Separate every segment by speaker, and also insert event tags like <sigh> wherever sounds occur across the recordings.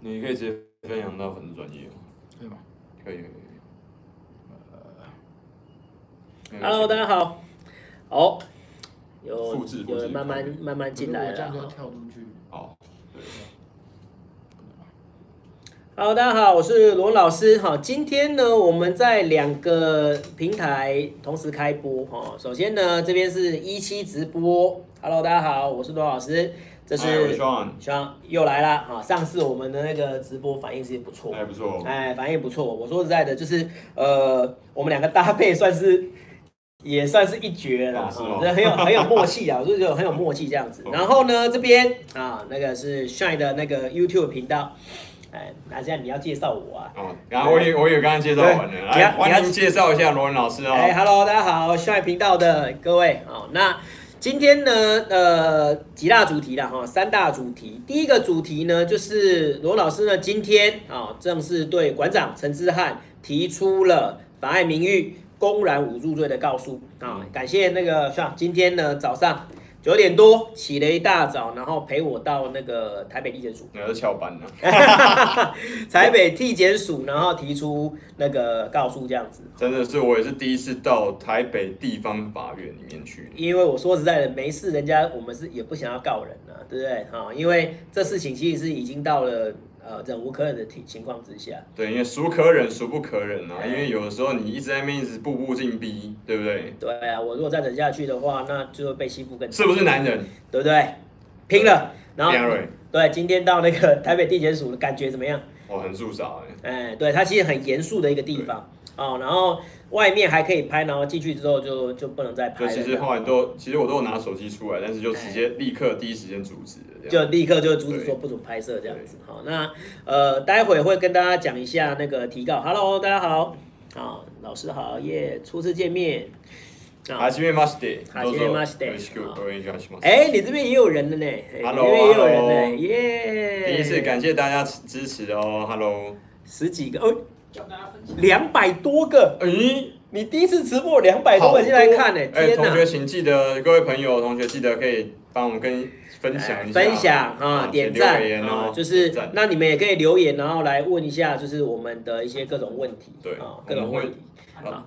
Speaker 1: 你可以直接分享到粉丝专业，
Speaker 2: 可以吗
Speaker 1: 可以可以。可以呃
Speaker 3: Hello，大家好。哦，有
Speaker 1: 嗯复制复制
Speaker 3: 有人慢慢慢慢进来
Speaker 2: 可是我这样就要
Speaker 3: 了。
Speaker 2: 跳出去，
Speaker 1: 好，对，
Speaker 3: Hello，大家好，我是罗老师。哈，今天呢，我们在两个平台同时开播。哈，首先呢，这边是一期直播。Hello，大家好，我是罗老师。这
Speaker 1: 哎我
Speaker 3: 是
Speaker 1: 是 Sean
Speaker 3: 希望又来了啊！上次我们的那个直播反应是不错，
Speaker 1: 还不错。
Speaker 3: 哎，反应不错。我说实在的，就是呃，我们两个搭配算是也算是一绝了啦，
Speaker 1: 哦是哦
Speaker 3: 啊很有很有默契啊，我就觉得很有默契这样子
Speaker 1: 哦。
Speaker 3: 然后呢，这边啊，那个是 Shine 的那个 YouTube 频道，哎，那现在你要介绍我啊？
Speaker 1: 哦，然后我也我也刚刚介绍完
Speaker 3: 对
Speaker 1: 了，
Speaker 3: 你要
Speaker 1: 来欢
Speaker 3: 你要
Speaker 1: 迎介绍一下罗文老师
Speaker 3: 哎
Speaker 1: 啊。
Speaker 3: ，Hello，大家好，Shine 频道的各位哦，那。今天呢，呃，几大主题啦哈，三大主题。第一个主题呢，就是罗老师呢，今天啊、正式对馆长陈之汉提出了妨碍名誉、公然侮辱罪的告诉啊、感谢那个像今天呢早上九点多起了一大早，然后陪我到那个台北地检署 <laughs>
Speaker 1: 你要是翘班了，
Speaker 3: 台北地检署，然后提出那个告诉这样子，
Speaker 1: 真的是我也是第一次到台北地方法院里面去。
Speaker 3: 因为我说实在的，没事，人家我们是也不想要告人啊，对不对？哈、因为这事情其实是已经到了呃忍无可忍的情情况之下，
Speaker 1: 对，因为孰可忍孰不可忍啊，
Speaker 3: 哎
Speaker 1: 因为有的时候你一直在那边一直步步进逼，对不对？
Speaker 3: 对啊，我如果再忍下去的话，那就会被欺负更惨，
Speaker 1: 是不是男人？
Speaker 3: 对不对？拼了，然后
Speaker 1: Gary
Speaker 3: 对，今天到那个台北地检署，感觉怎么样？
Speaker 1: 哦，很肃杀哎。
Speaker 3: 哎，对，它其实很严肃的一个地方哦，然后外面还可以拍，然后进去之后就就不能再拍
Speaker 1: 就
Speaker 3: 了，
Speaker 1: 其实后来都，其实我都有拿手机出来，但是就直接立刻第一时间阻止了这样。
Speaker 3: 就立刻就阻止
Speaker 1: 对啊
Speaker 3: 说不准拍摄这样子。好，那呃，待会会跟大家讲一下那个提告。Hello，大家好，啊，老师好，耶，初次见面。啊
Speaker 1: は，じめまして。
Speaker 3: はじめまして
Speaker 1: どうぞよろしくお願いします。
Speaker 3: 哎、你这边也有人了呢哎
Speaker 1: Hello，
Speaker 3: 你这边也有人呢
Speaker 1: Hello
Speaker 3: 耶
Speaker 1: 第一次感谢大家支持哦，Hello。
Speaker 3: 十几个哦，两百多个，
Speaker 1: 咦，
Speaker 3: 你第一次直播两百多个进来看呢、
Speaker 1: 哎、
Speaker 3: 天
Speaker 1: 同
Speaker 3: 哪！
Speaker 1: 学请记得，各位朋友同学记得可以帮我们跟分享一下，
Speaker 3: 分享啊，点赞
Speaker 1: 留言哦
Speaker 3: 啊，，就是
Speaker 1: 点赞
Speaker 3: 那你们也可以留言，然后来问一下，就是我们的一些各种问题，
Speaker 1: 对
Speaker 3: 啊
Speaker 1: 我，
Speaker 3: 各种
Speaker 1: 们会
Speaker 3: 问题。啊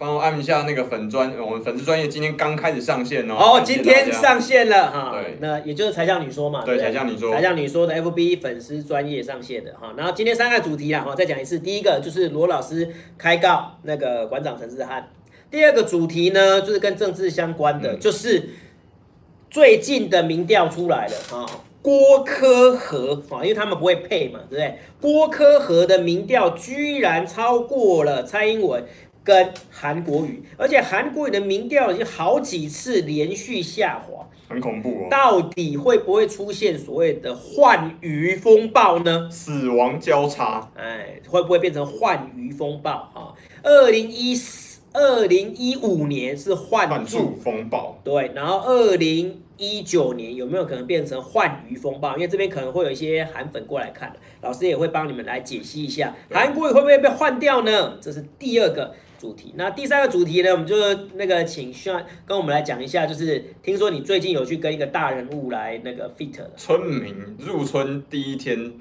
Speaker 1: 帮我按一下那个粉专，我们粉丝专业今天刚开始上线哦，
Speaker 3: 哦，
Speaker 1: 感谢
Speaker 3: 今
Speaker 1: 大家
Speaker 3: 天上线了哈
Speaker 1: 对，
Speaker 3: 那也就是才像你说嘛，
Speaker 1: 对
Speaker 3: 不
Speaker 1: 才像你说
Speaker 3: 才像你说的 FB 粉丝专业上线的哈。然后今天三个主题啦哈，再讲一次，第一个就是罗老师开告那个馆长陈志汉，第二个主题呢就是跟政治相关的，
Speaker 1: 嗯
Speaker 3: 就是最近的民调出来了啊。郭科和啊，因为他们不会配嘛，对不对？郭科和的民调居然超过了蔡英文，跟韩国瑜，而且韩国瑜的民调已经好几次连续下滑，
Speaker 1: 很恐怖哦，
Speaker 3: 到底会不会出现所谓的换鱼风暴呢？
Speaker 1: 死亡交叉，
Speaker 3: 哎，会不会变成换鱼风暴啊？二零一四、二零一五年是换
Speaker 1: 半
Speaker 3: 柱
Speaker 1: 柱，风暴，
Speaker 3: 对，然后二零一九年有没有可能变成换鱼风暴？因为这边可能会有一些韩粉过来看，老师也会帮你们来解析一下，
Speaker 1: 对
Speaker 3: 韩国语会不会被换掉呢？这是第二个主题。那第三个主题呢，我们就那个请需要跟我们来讲一下，就是听说你最近有去跟一个大人物来那个 fit 了，
Speaker 1: 村民入村第一天历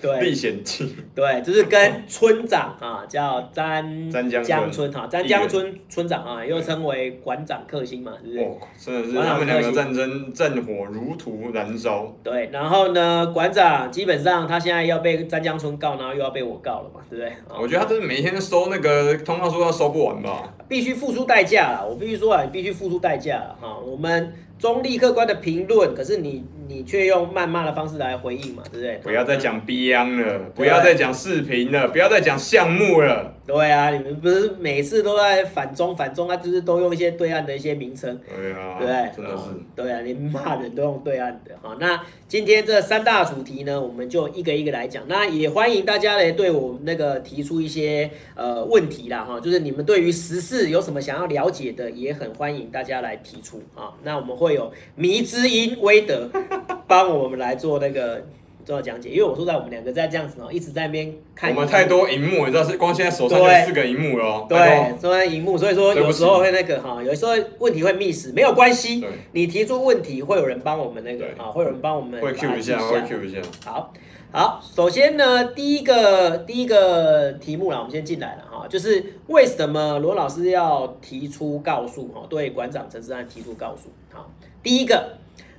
Speaker 3: 对
Speaker 1: 险记，
Speaker 3: 对，就是跟村长啊，叫詹
Speaker 1: 嗯詹江村
Speaker 3: 村哈，詹江村村长啊，又称为馆长克星嘛，是不是？
Speaker 1: 哇，真的是他们两个战争战火如荼燃烧，
Speaker 3: 对，然后呢，馆长基本上他现在要被詹江村告，然后又要被我告了嘛，对不啊对？
Speaker 1: 我觉得他真的每天收那个通告书要收不完吧，
Speaker 3: 必须付出代价啦，我必须说啊，你必须付出代价啦哈。我们中立客观的评论，可是你你却用谩骂的方式来回应嘛，对不对？
Speaker 1: 不要再。讲 Beyond 了，不要再讲视频了，不要再讲项目了。
Speaker 3: 对啊，你们不是每次都在反中反中啊，就是都用一些对岸的一些名称，
Speaker 1: 对啊，
Speaker 3: 对不对？
Speaker 1: 真的是
Speaker 3: 哦。对啊，连骂人都用对岸的哈。那今天这三大主题呢，我们就一个一个来讲。那也欢迎大家来对我那个提出一些呃问题啦哈，就是你们对于时事有什么想要了解的，也很欢迎大家来提
Speaker 1: <laughs>
Speaker 3: 出啊。那我们会有迷之音威德帮我们来做那个做讲解，因为我说在我们两个在这样子哦，一直在那边看，
Speaker 1: 我们太多荧幕，你知道是光现在手上
Speaker 3: 对
Speaker 1: 有四个荧幕了哦，拜
Speaker 3: 对，
Speaker 1: 托，
Speaker 3: 坐在荧幕，所以说
Speaker 1: 对
Speaker 3: 有
Speaker 1: 不起
Speaker 3: 时候会那个哈，有时候问题会 miss，没有关系
Speaker 1: 对，
Speaker 3: 你提出问题会有人帮我们那个
Speaker 1: 对
Speaker 3: 啊，会有人帮我们
Speaker 1: 会
Speaker 3: 把它
Speaker 1: Q 一下，会 Q 一下，
Speaker 3: 好好，首先呢，第一个第一个题目啦，我们先进来了哈，就是为什么罗老师要提出告诉哈，对馆长陈志安提出告诉。好，第一个，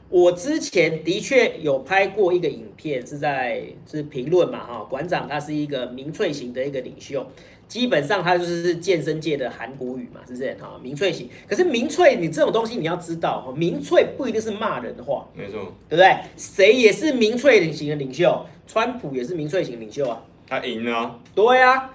Speaker 3: 我之前的确有拍过一个影片，是在是评论嘛哈，馆长他是一个民粹型的一个领袖。基本上他就是健身界的韩国语嘛，是不是？哈，民粹型。可是民粹，你这种东西你要知道，哦民粹不一定是骂人的话，
Speaker 1: 没错，
Speaker 3: 对不对？谁也是民粹型的领袖，川普也是民粹型领袖啊。
Speaker 1: 他赢了啊，
Speaker 3: 对啊，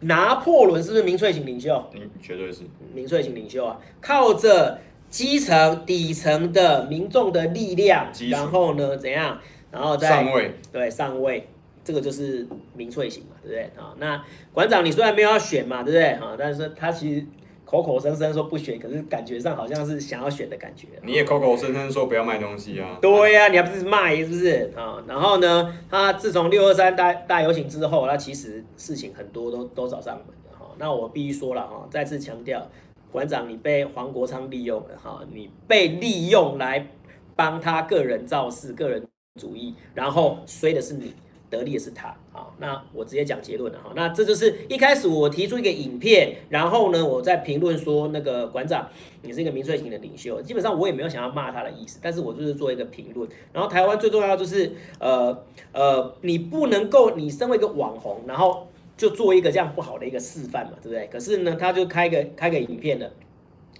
Speaker 3: 拿破仑是不是民粹型领袖？
Speaker 1: 嗯，绝对是，
Speaker 3: 民粹型领袖啊，靠着基层底层的民众的力量
Speaker 1: 基，础
Speaker 3: 然后呢怎样？然后再
Speaker 1: 上位，
Speaker 3: 哦对上位，这个就是民粹型嘛，对不对啊？那馆长你虽然没有要选嘛，对不对啊？但是他其实口口声声说不选，可是感觉上好像是想要选的感觉。啊
Speaker 1: 你也口口声声说不要卖东西啊，
Speaker 3: 对呀、你还不是卖是不是啊、然后呢，他自从六二三大大游行之后，那其实事情很多都都找上门的哈、那我必须说了哈、再次强调，馆长你被黄国昌利用了哈、你被利用来帮他个人造势、个人主义，然后衰的是你，得利的是他。好，那我直接讲结论了哈。那这就是一开始我提出一个影片，然后呢，我在评论说那个馆长，你是一个民粹型的领袖，基本上我也没有想要骂他的意思，但是我就是做一个评论。然后台湾最重要的就是，呃呃，你不能够，你身为一个网红，然后就做一个这样不好的一个示范嘛，对不对？可是呢，他就开个开个影片了，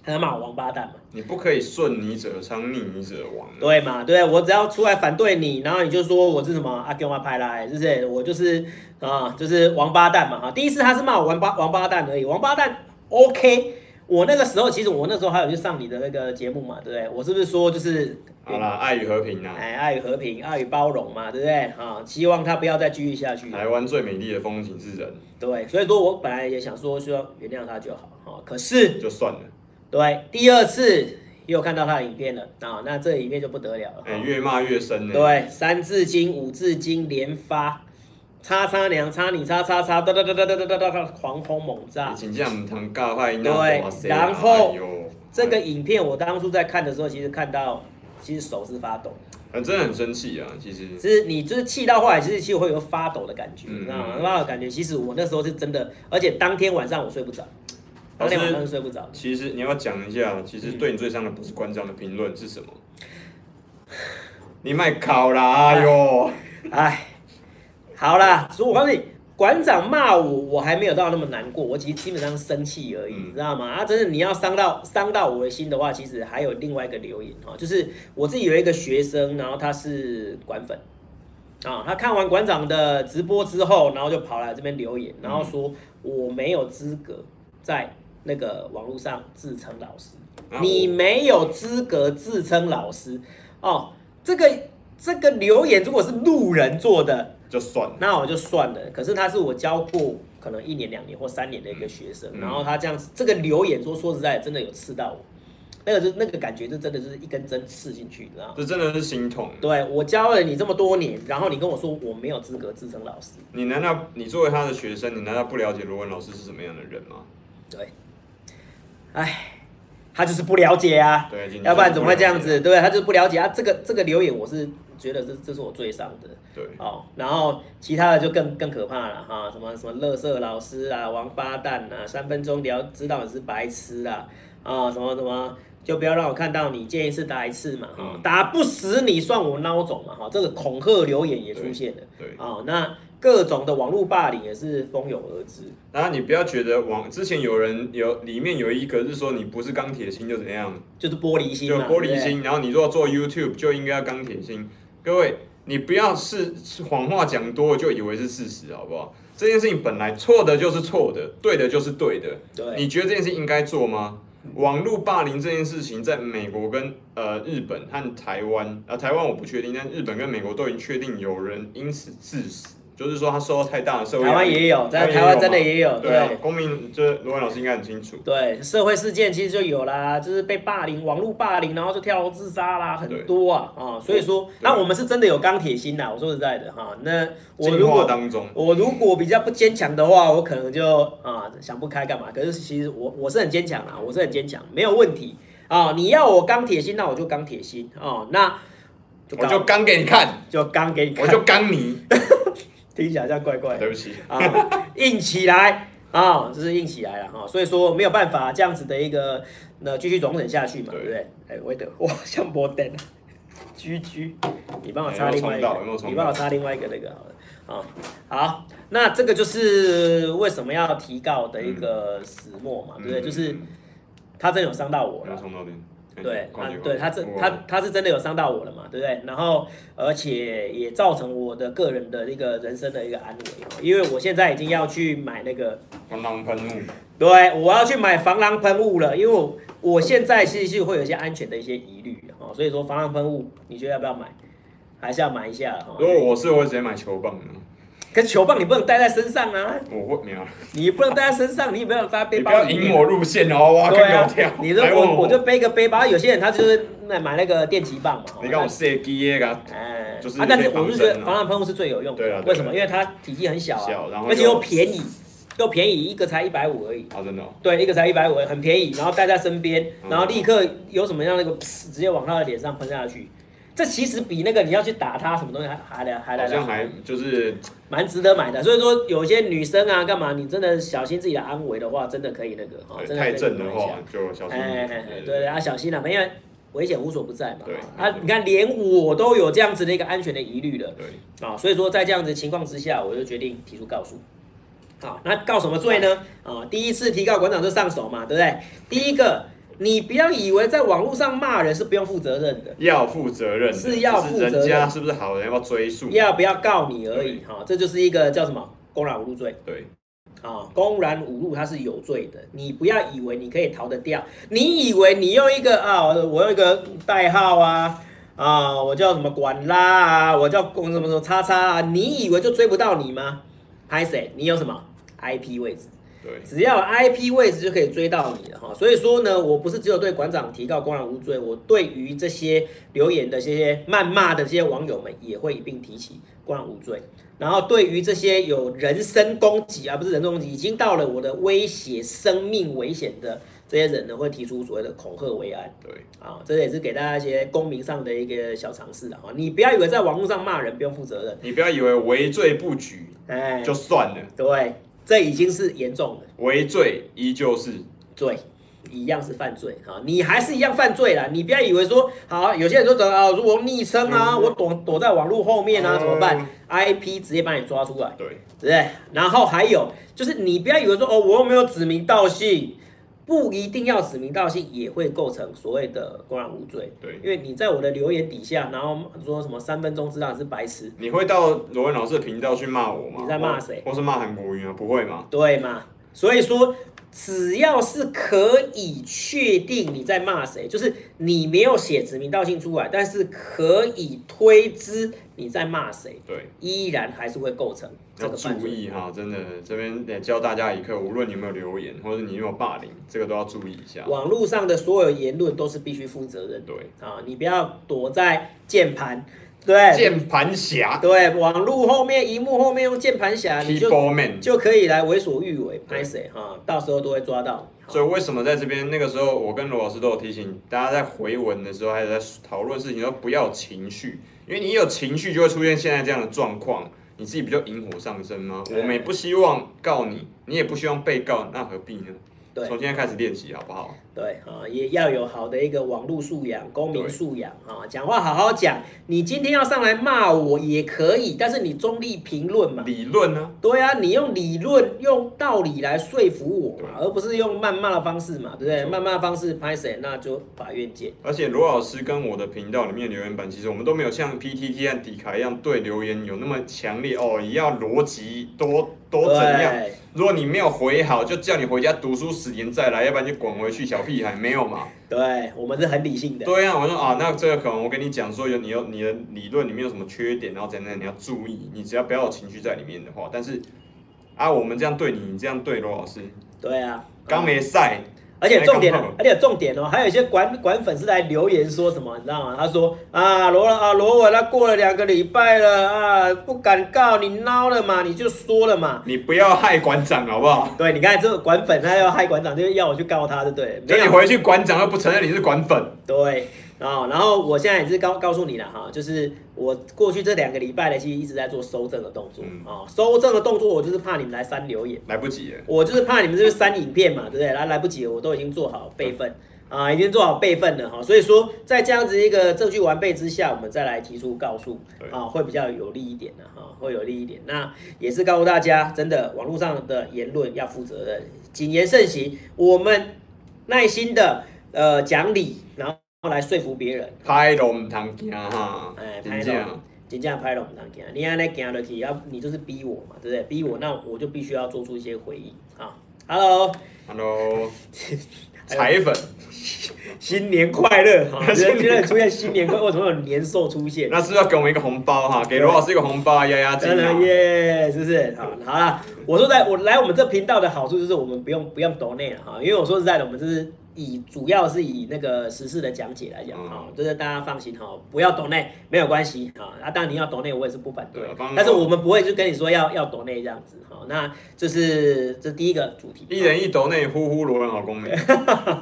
Speaker 3: 他骂我王八蛋嘛。
Speaker 1: 你不可以顺你者昌，逆你者亡啊，
Speaker 3: 对嘛？对，我只要出来反对你，然后你就说我是什么阿 Q 嘛派来，是不是？我就是啊、就是王八蛋嘛哈。第一次他是骂我王八王八蛋而已，王八蛋 OK。我那个时候其实我那时候还有去上你的那个节目嘛，对不对？我是不是说就是
Speaker 1: 好啦，爱与和平啊，
Speaker 3: 哎爱与和平，爱与包容嘛，对不对？啊，希望他不要再继续下去。
Speaker 1: 台湾最美丽的风景是人，
Speaker 3: 对，所以说我本来也想说需要原谅他就好哈，可是
Speaker 1: 就算了，
Speaker 3: 对第二次又看到他的影片了啊，那这影片就不得了了。哈
Speaker 1: 哎，越骂越深呢，
Speaker 3: 对，三字经、五字经连发，叉叉娘叉你叉叉叉，哒哒哒哒哒哒哒哒，狂轰猛炸
Speaker 1: 你。请这样堂尬坏那
Speaker 3: 啊对
Speaker 1: 哇塞
Speaker 3: 然后
Speaker 1: 哎呦
Speaker 3: 这个影片我当初在看的时候，其实看到，其实手是发抖，
Speaker 1: 呃真的很生气啊，其实
Speaker 3: 就是你就是气到后来，其实就会有发抖的感觉，
Speaker 1: 嗯
Speaker 3: 你知道吗？
Speaker 1: 嗯
Speaker 3: 发抖的感觉，其实我那时候是真的，而且当天晚上我睡不着，当天晚上是睡不着。
Speaker 1: 其实你要不要讲一下，其实对你最伤的不是馆长的评论是什么？你卖烤啦，哎
Speaker 3: <laughs>
Speaker 1: 呦，
Speaker 3: 哎，好啦，所以我告诉你，馆长骂我，我还没有到那么难过，我其实基本上生气而已，
Speaker 1: 嗯
Speaker 3: 你知道吗？啊，真的你要伤到伤到我的心的话，其实还有另外一个留言哈、哦，就是我自己有一个学生，然后他是馆粉。啊、他看完馆长的直播之后，然后就跑来这边留言，然后说我没有资格在那个网络上自称老师。
Speaker 1: 啊
Speaker 3: 你
Speaker 1: 我
Speaker 3: 没有资格自称老师哦。这个这个留言如果是路人做的，
Speaker 1: 就算了，
Speaker 3: 那我就算了。可是他是我教过可能一年、两年或三年的一个学生，
Speaker 1: 嗯
Speaker 3: 然后他这样子，这个留言说说实在的真的有刺到我，那个就那个感觉就真的就是一根针刺进去，你知道吗？
Speaker 1: 这真的是心痛。
Speaker 3: 对我教了你这么多年，然后你跟我说我没有资格自称老师，
Speaker 1: 你难道你作为他的学生，你难道不了解罗文老师是什么样的人吗？
Speaker 3: 对，哎，他就是不了解啊。
Speaker 1: 对，今天
Speaker 3: 要不然怎么会这样
Speaker 1: 了
Speaker 3: 子？对不对？他就是不了解啊。这个这个留言，我是觉得这这是我最伤的。
Speaker 1: 解？对，
Speaker 3: 哦，然后其他的就更更可怕了哈，什么什么乐色老师啊、王八蛋啊，三分钟聊知道你是白痴啊，啊、什么什么，就不要让我看到你，见一次打一次嘛，哈、
Speaker 1: 嗯
Speaker 3: 打不死你算我孬种嘛，哈、这个恐吓留言也出现了，
Speaker 1: 对，
Speaker 3: 啊、那各种的网络霸凌也是蜂拥而至，
Speaker 1: 然后你不要觉得网之前有人有里面有一个是说你不是钢铁心就怎样，
Speaker 3: 就是玻璃心
Speaker 1: 就
Speaker 3: 嘛，
Speaker 1: 玻璃
Speaker 3: 对不对。
Speaker 1: 心，然后你如果做 YouTube 就应该要钢铁心。各位，你不要是是谎话讲多了就以为是事实，好不好？这件事情本来错的就是错的，对的就是对的。
Speaker 3: 对
Speaker 1: 你觉得这件事情应该做吗？网络霸凌这件事情，在美国跟呃日呃本和台湾，啊、台湾我不确定，但日本跟美国都已经确定有人因此致死，就是说他受到太大的社会
Speaker 3: 台
Speaker 1: 压
Speaker 3: 湾
Speaker 1: 力。
Speaker 3: 也有，在
Speaker 1: 也
Speaker 3: 台湾真的
Speaker 1: 嘛
Speaker 3: 也有，
Speaker 1: 对啊
Speaker 3: 对，
Speaker 1: 公民这罗文老师应该很清楚。
Speaker 3: 对，社会事件其实就有啦，就是被霸凌，网络霸凌，然后就跳楼自杀啦，很多啊啊、所以说，那我们是真的有钢铁心呐，我说实在的哈、那我
Speaker 1: 进
Speaker 3: 如
Speaker 1: 化
Speaker 3: 果
Speaker 1: 当中，
Speaker 3: 我如果比较不坚强的话，我可能就啊、想不开干嘛？可是其实我我是很坚强啦，我是很坚强，没有问题啊、你要我钢铁心，那我就钢铁心啊、那就
Speaker 1: 我
Speaker 3: 钢
Speaker 1: 就刚给你看，
Speaker 3: 就钢给你看，
Speaker 1: 我就刚你。
Speaker 3: <laughs> 听起来像怪怪的。
Speaker 1: 对不起，
Speaker 3: 啊，硬起来啊，这是硬起来了哈、所以说没有办法这样子的一个那继续容忍下去嘛，对
Speaker 1: 对
Speaker 3: 不对？哎，我的 <laughs> 哇，像波登啊，居居，你帮我插另外一
Speaker 1: 哎
Speaker 3: 个
Speaker 1: 有没有冲到有没有，冲到
Speaker 3: 你帮我插另外一个那个好了啊，好，那这个就是为什么要提告的一个始末嘛，对不对？就是
Speaker 1: 嗯
Speaker 3: 他真的有伤到我
Speaker 1: 我
Speaker 3: 了
Speaker 1: 要。冲到点。哎
Speaker 3: 对，
Speaker 1: 快
Speaker 3: 他
Speaker 1: 点
Speaker 3: 对他真他
Speaker 1: 哦
Speaker 3: 他是真的有伤到我了嘛，对不对？然后而且也造成我的个人的一个人生的一个安危哦，因为我现在已经要去买那个，
Speaker 1: 我浪喷雾，
Speaker 3: 对我要去买防狼喷雾了，因为我我现在其实是会有一些安全的一些疑虑哦，所以说防狼喷雾，你觉得要不要买？还是要买一下哈、
Speaker 1: 如
Speaker 3: 哦。
Speaker 1: 果我是，我会直接买球棒的。
Speaker 3: 可是球棒你不能带在身上啊，
Speaker 1: 我会没有啊，
Speaker 3: 你不能带在身上，你也没有带背
Speaker 1: 你
Speaker 3: 包
Speaker 1: 不要
Speaker 3: 里面
Speaker 1: 引我入线哦，哇，
Speaker 3: 对
Speaker 1: 更高
Speaker 3: 啊
Speaker 1: 跳。，
Speaker 3: 你说
Speaker 1: 来问
Speaker 3: 我我就背个背包，有些人他就是买买那个电击棒嘛，哦
Speaker 1: 你看我射鸡那个，
Speaker 3: 哎，
Speaker 1: 就是
Speaker 3: 啊，但
Speaker 1: 可
Speaker 3: 是
Speaker 1: 以
Speaker 3: 我
Speaker 1: 防
Speaker 3: 是觉得
Speaker 1: 身啊
Speaker 3: 防狼喷雾是最有用的，
Speaker 1: 对啊对啊
Speaker 3: 为什么？因为它体积很小啊，
Speaker 1: 小然后
Speaker 3: 而且
Speaker 1: 又
Speaker 3: 又便宜，又便宜，一个才一百五而已。
Speaker 1: 啊，真的哦，
Speaker 3: 对，一个才一百五，很便宜，然后带在身边，
Speaker 1: 嗯
Speaker 3: 然后立刻有什么样的一个，噗直接往他的脸上喷下去。这其实比那个你要去打他什么东西还还来还来
Speaker 1: 好
Speaker 3: 得
Speaker 1: 像还就是
Speaker 3: 蛮值得买的。所以说，有些女生啊，干嘛你真的小心自己的安危的话，真的可以那个哈，
Speaker 1: 对
Speaker 3: 哦真的可
Speaker 1: 呃
Speaker 3: 以
Speaker 1: 太正的
Speaker 3: 买一下
Speaker 1: 话就小心一
Speaker 3: 哎
Speaker 1: 点。
Speaker 3: 哎哎，对对啊，小心了、因为危险无所不在嘛。
Speaker 1: 对
Speaker 3: 啊，你看连我都有这样子的一个安全的疑虑了
Speaker 1: 对，
Speaker 3: 啊，所以说在这样子情况之下，我就决定提出告诉。好，那告什么罪呢？啊，第一次提告馆长就上手嘛，对不对？第一个，你不要以为在网络上骂人是不用负责任的，
Speaker 1: 要负责任的，
Speaker 3: 是要负责任
Speaker 1: 就是人家是不是好人要不要追溯？
Speaker 3: 要不要告你而已。哈、这就是一个叫什么公然侮辱罪。
Speaker 1: 对，
Speaker 3: 啊、公然侮辱他是有罪的，你不要以为你可以逃得掉，你以为你用一个啊，我用一个代号啊啊，我叫什么管拉啊，我叫公什么什么叉叉啊，你以为就追不到你吗？拍谁？你有什么 IP 位置？
Speaker 1: 对，
Speaker 3: 只要有 IP 位置就可以追到你了哈。所以说呢，我不是只有对馆长提告公然无罪，我对于这些留言的这些谩骂的这些网友们也会一并提起公然无罪。然后对于这些有人身攻击而、啊、不是人身攻击，已经到了我的威胁生命危险的这些人呢，会提出所谓的恐吓为安。
Speaker 1: 对，
Speaker 3: 啊，这也是给大家一些公民上的一个小尝试啊。你不要以为在网络上骂人不用负责任，
Speaker 1: 你不要以为围罪不举
Speaker 3: 哎，
Speaker 1: 就算了，
Speaker 3: 对，这已经是严重的。
Speaker 1: 围罪依旧是
Speaker 3: 罪，一样是犯罪啊，你还是一样犯罪啦。你不要以为说，好，有些人说怎么啊，如果昵称啊，我躲躲在网络后面啊，怎么办？IP 直接把你抓出来，
Speaker 1: 对，
Speaker 3: 对不对？然后还有就是，你不要以为说哦，我又没有指名道姓，不一定要指名道姓也会构成所谓的公然无罪。
Speaker 1: 对
Speaker 3: 因为你在我的留言底下，然后说什么三分钟之内是白痴，
Speaker 1: 你会到罗文老师的频道去骂我吗？
Speaker 3: 你在骂谁
Speaker 1: 或或是骂韩国瑜吗？不会吗？
Speaker 3: 对嘛？所以说，只要是可以确定你在骂谁，就是你没有写指名道姓出来，但是可以推知你在骂谁，
Speaker 1: 对，
Speaker 3: 依然还是会构成这
Speaker 1: 要
Speaker 3: 个犯
Speaker 1: 注
Speaker 3: 罪。
Speaker 1: 意啊哈，真的，这边得教大家一课，无论你有没有留言，或者你有没有霸凌，这个都要注意一下。
Speaker 3: 网络上的所有言论都是必须负责任的
Speaker 1: 对，
Speaker 3: 啊！你不要躲在键盘，对
Speaker 1: 键盘侠
Speaker 3: 对，网络后面、荧幕后面用键盘侠，你就
Speaker 1: ，Keyboard Man。
Speaker 3: 就可以来为所欲为，拍谁啊？到时候都会抓到你。
Speaker 1: 所以为什么在这边那个时候，我跟罗老师都有提醒大家，在回文的时候，还有在讨论事情的时候，不要有情绪，因为你一有情绪就会出现现在这样的状况，你自己不就引火上身吗？
Speaker 3: 对
Speaker 1: 我们也不希望告你，你也不希望被告，那何必呢？
Speaker 3: 对
Speaker 1: 从现在开始练习好不好？
Speaker 3: 对啊，也要有好的一个网络素养、公民
Speaker 1: 对
Speaker 3: 素养啊，讲话好好讲。你今天要上来骂我也可以，但是你中立评论嘛。
Speaker 1: 理论呢？
Speaker 3: 对啊，你用理论、用道理来说服我嘛，
Speaker 1: 对
Speaker 3: 而不是用谩骂的方式嘛，对不对？
Speaker 1: 没错
Speaker 3: 谩骂的方式拍谁，那就法院见。
Speaker 1: 而且罗老师跟我的频道里面留言板，其实我们都没有像 PTT 和迪卡一样对留言有那么强烈哦，也要逻辑多都怎样。
Speaker 3: 对
Speaker 1: 如果你没有回好，就叫你回家读书十年再来，要不然就滚回去小屁孩，没有嘛？
Speaker 3: 对，我们是很理性的。
Speaker 1: 对啊，我说啊，那这个可能我跟你讲说有你有你的理论里面有什么缺点，然后怎样怎样你要注意，你只要不要有情绪在里面的话，但是啊，我们这样对你，你这样对罗老师，
Speaker 3: 对啊，
Speaker 1: 刚没赛，
Speaker 3: 而且重点
Speaker 1: 没看到，
Speaker 3: 而且重点哦，还有一些管管粉丝来留言说什么，你知道吗？他说啊罗啊罗文他过了两个礼拜了啊，不敢告你孬了嘛，你就说了嘛。
Speaker 1: 你不要害馆长好不好？
Speaker 3: 对，你看这个管粉他要害馆长，就是要我去告他，对不对？啊
Speaker 1: 就
Speaker 3: 没
Speaker 1: 你
Speaker 3: 有
Speaker 1: 回去馆长又不承认你是馆粉，
Speaker 3: 对啊、然后我现在也是告告诉你了哈，就是我过去这两个礼拜呢，其实一直在做收正的动作啊、
Speaker 1: 嗯
Speaker 3: 哦收正的动作，我就是怕你们来删留言，
Speaker 1: 来不及了。
Speaker 3: 我就是怕你们这个删影片嘛，对不对？来来不及了，我都已经做好备份啊， <laughs> 已经做好备份了哈，所以说在这样子一个证据完备之下，我们再来提出告诉
Speaker 1: 对
Speaker 3: 啊，会比较有利一点的哈，会有利一点。那也是告诉大家，真的网络上的言论要负责任，谨言慎行，我们耐心的呃讲理，然后来说服别人。
Speaker 1: 拍龙堂惊啊哈
Speaker 3: 哎，，
Speaker 1: 真
Speaker 3: 拍
Speaker 1: 正啊
Speaker 3: 龙，真正拍龙不能行，你安尼行落去，要你就是逼我嘛，对不对？逼我，那我就必须要做出一些回应啊。Hello，
Speaker 1: ，Hello，彩粉，
Speaker 3: 新年快乐！哈
Speaker 1: 新年
Speaker 3: 今天出现新年快乐，为什么有年兽出现？
Speaker 1: 那是不是要给我们一个红包哈？给罗老师一个红包压压惊
Speaker 3: 真的
Speaker 1: 啊！
Speaker 3: 耶，是不是？好，好啦，我说在我来我们这频道的好处就是我们不用不用抖内了哈，因为我说实在的，我们就是以主要是以那个时事的讲解来讲
Speaker 1: 嗯
Speaker 3: 哈，就是大家放心哈，不要抖内没有关系哈，啊，当然你要抖内我也是不反对
Speaker 1: 对帮，
Speaker 3: 但是我们不会就跟你说要要抖内这样子哈，那就是这第一个主题，
Speaker 1: 一人一斗内呼呼罗文好公民，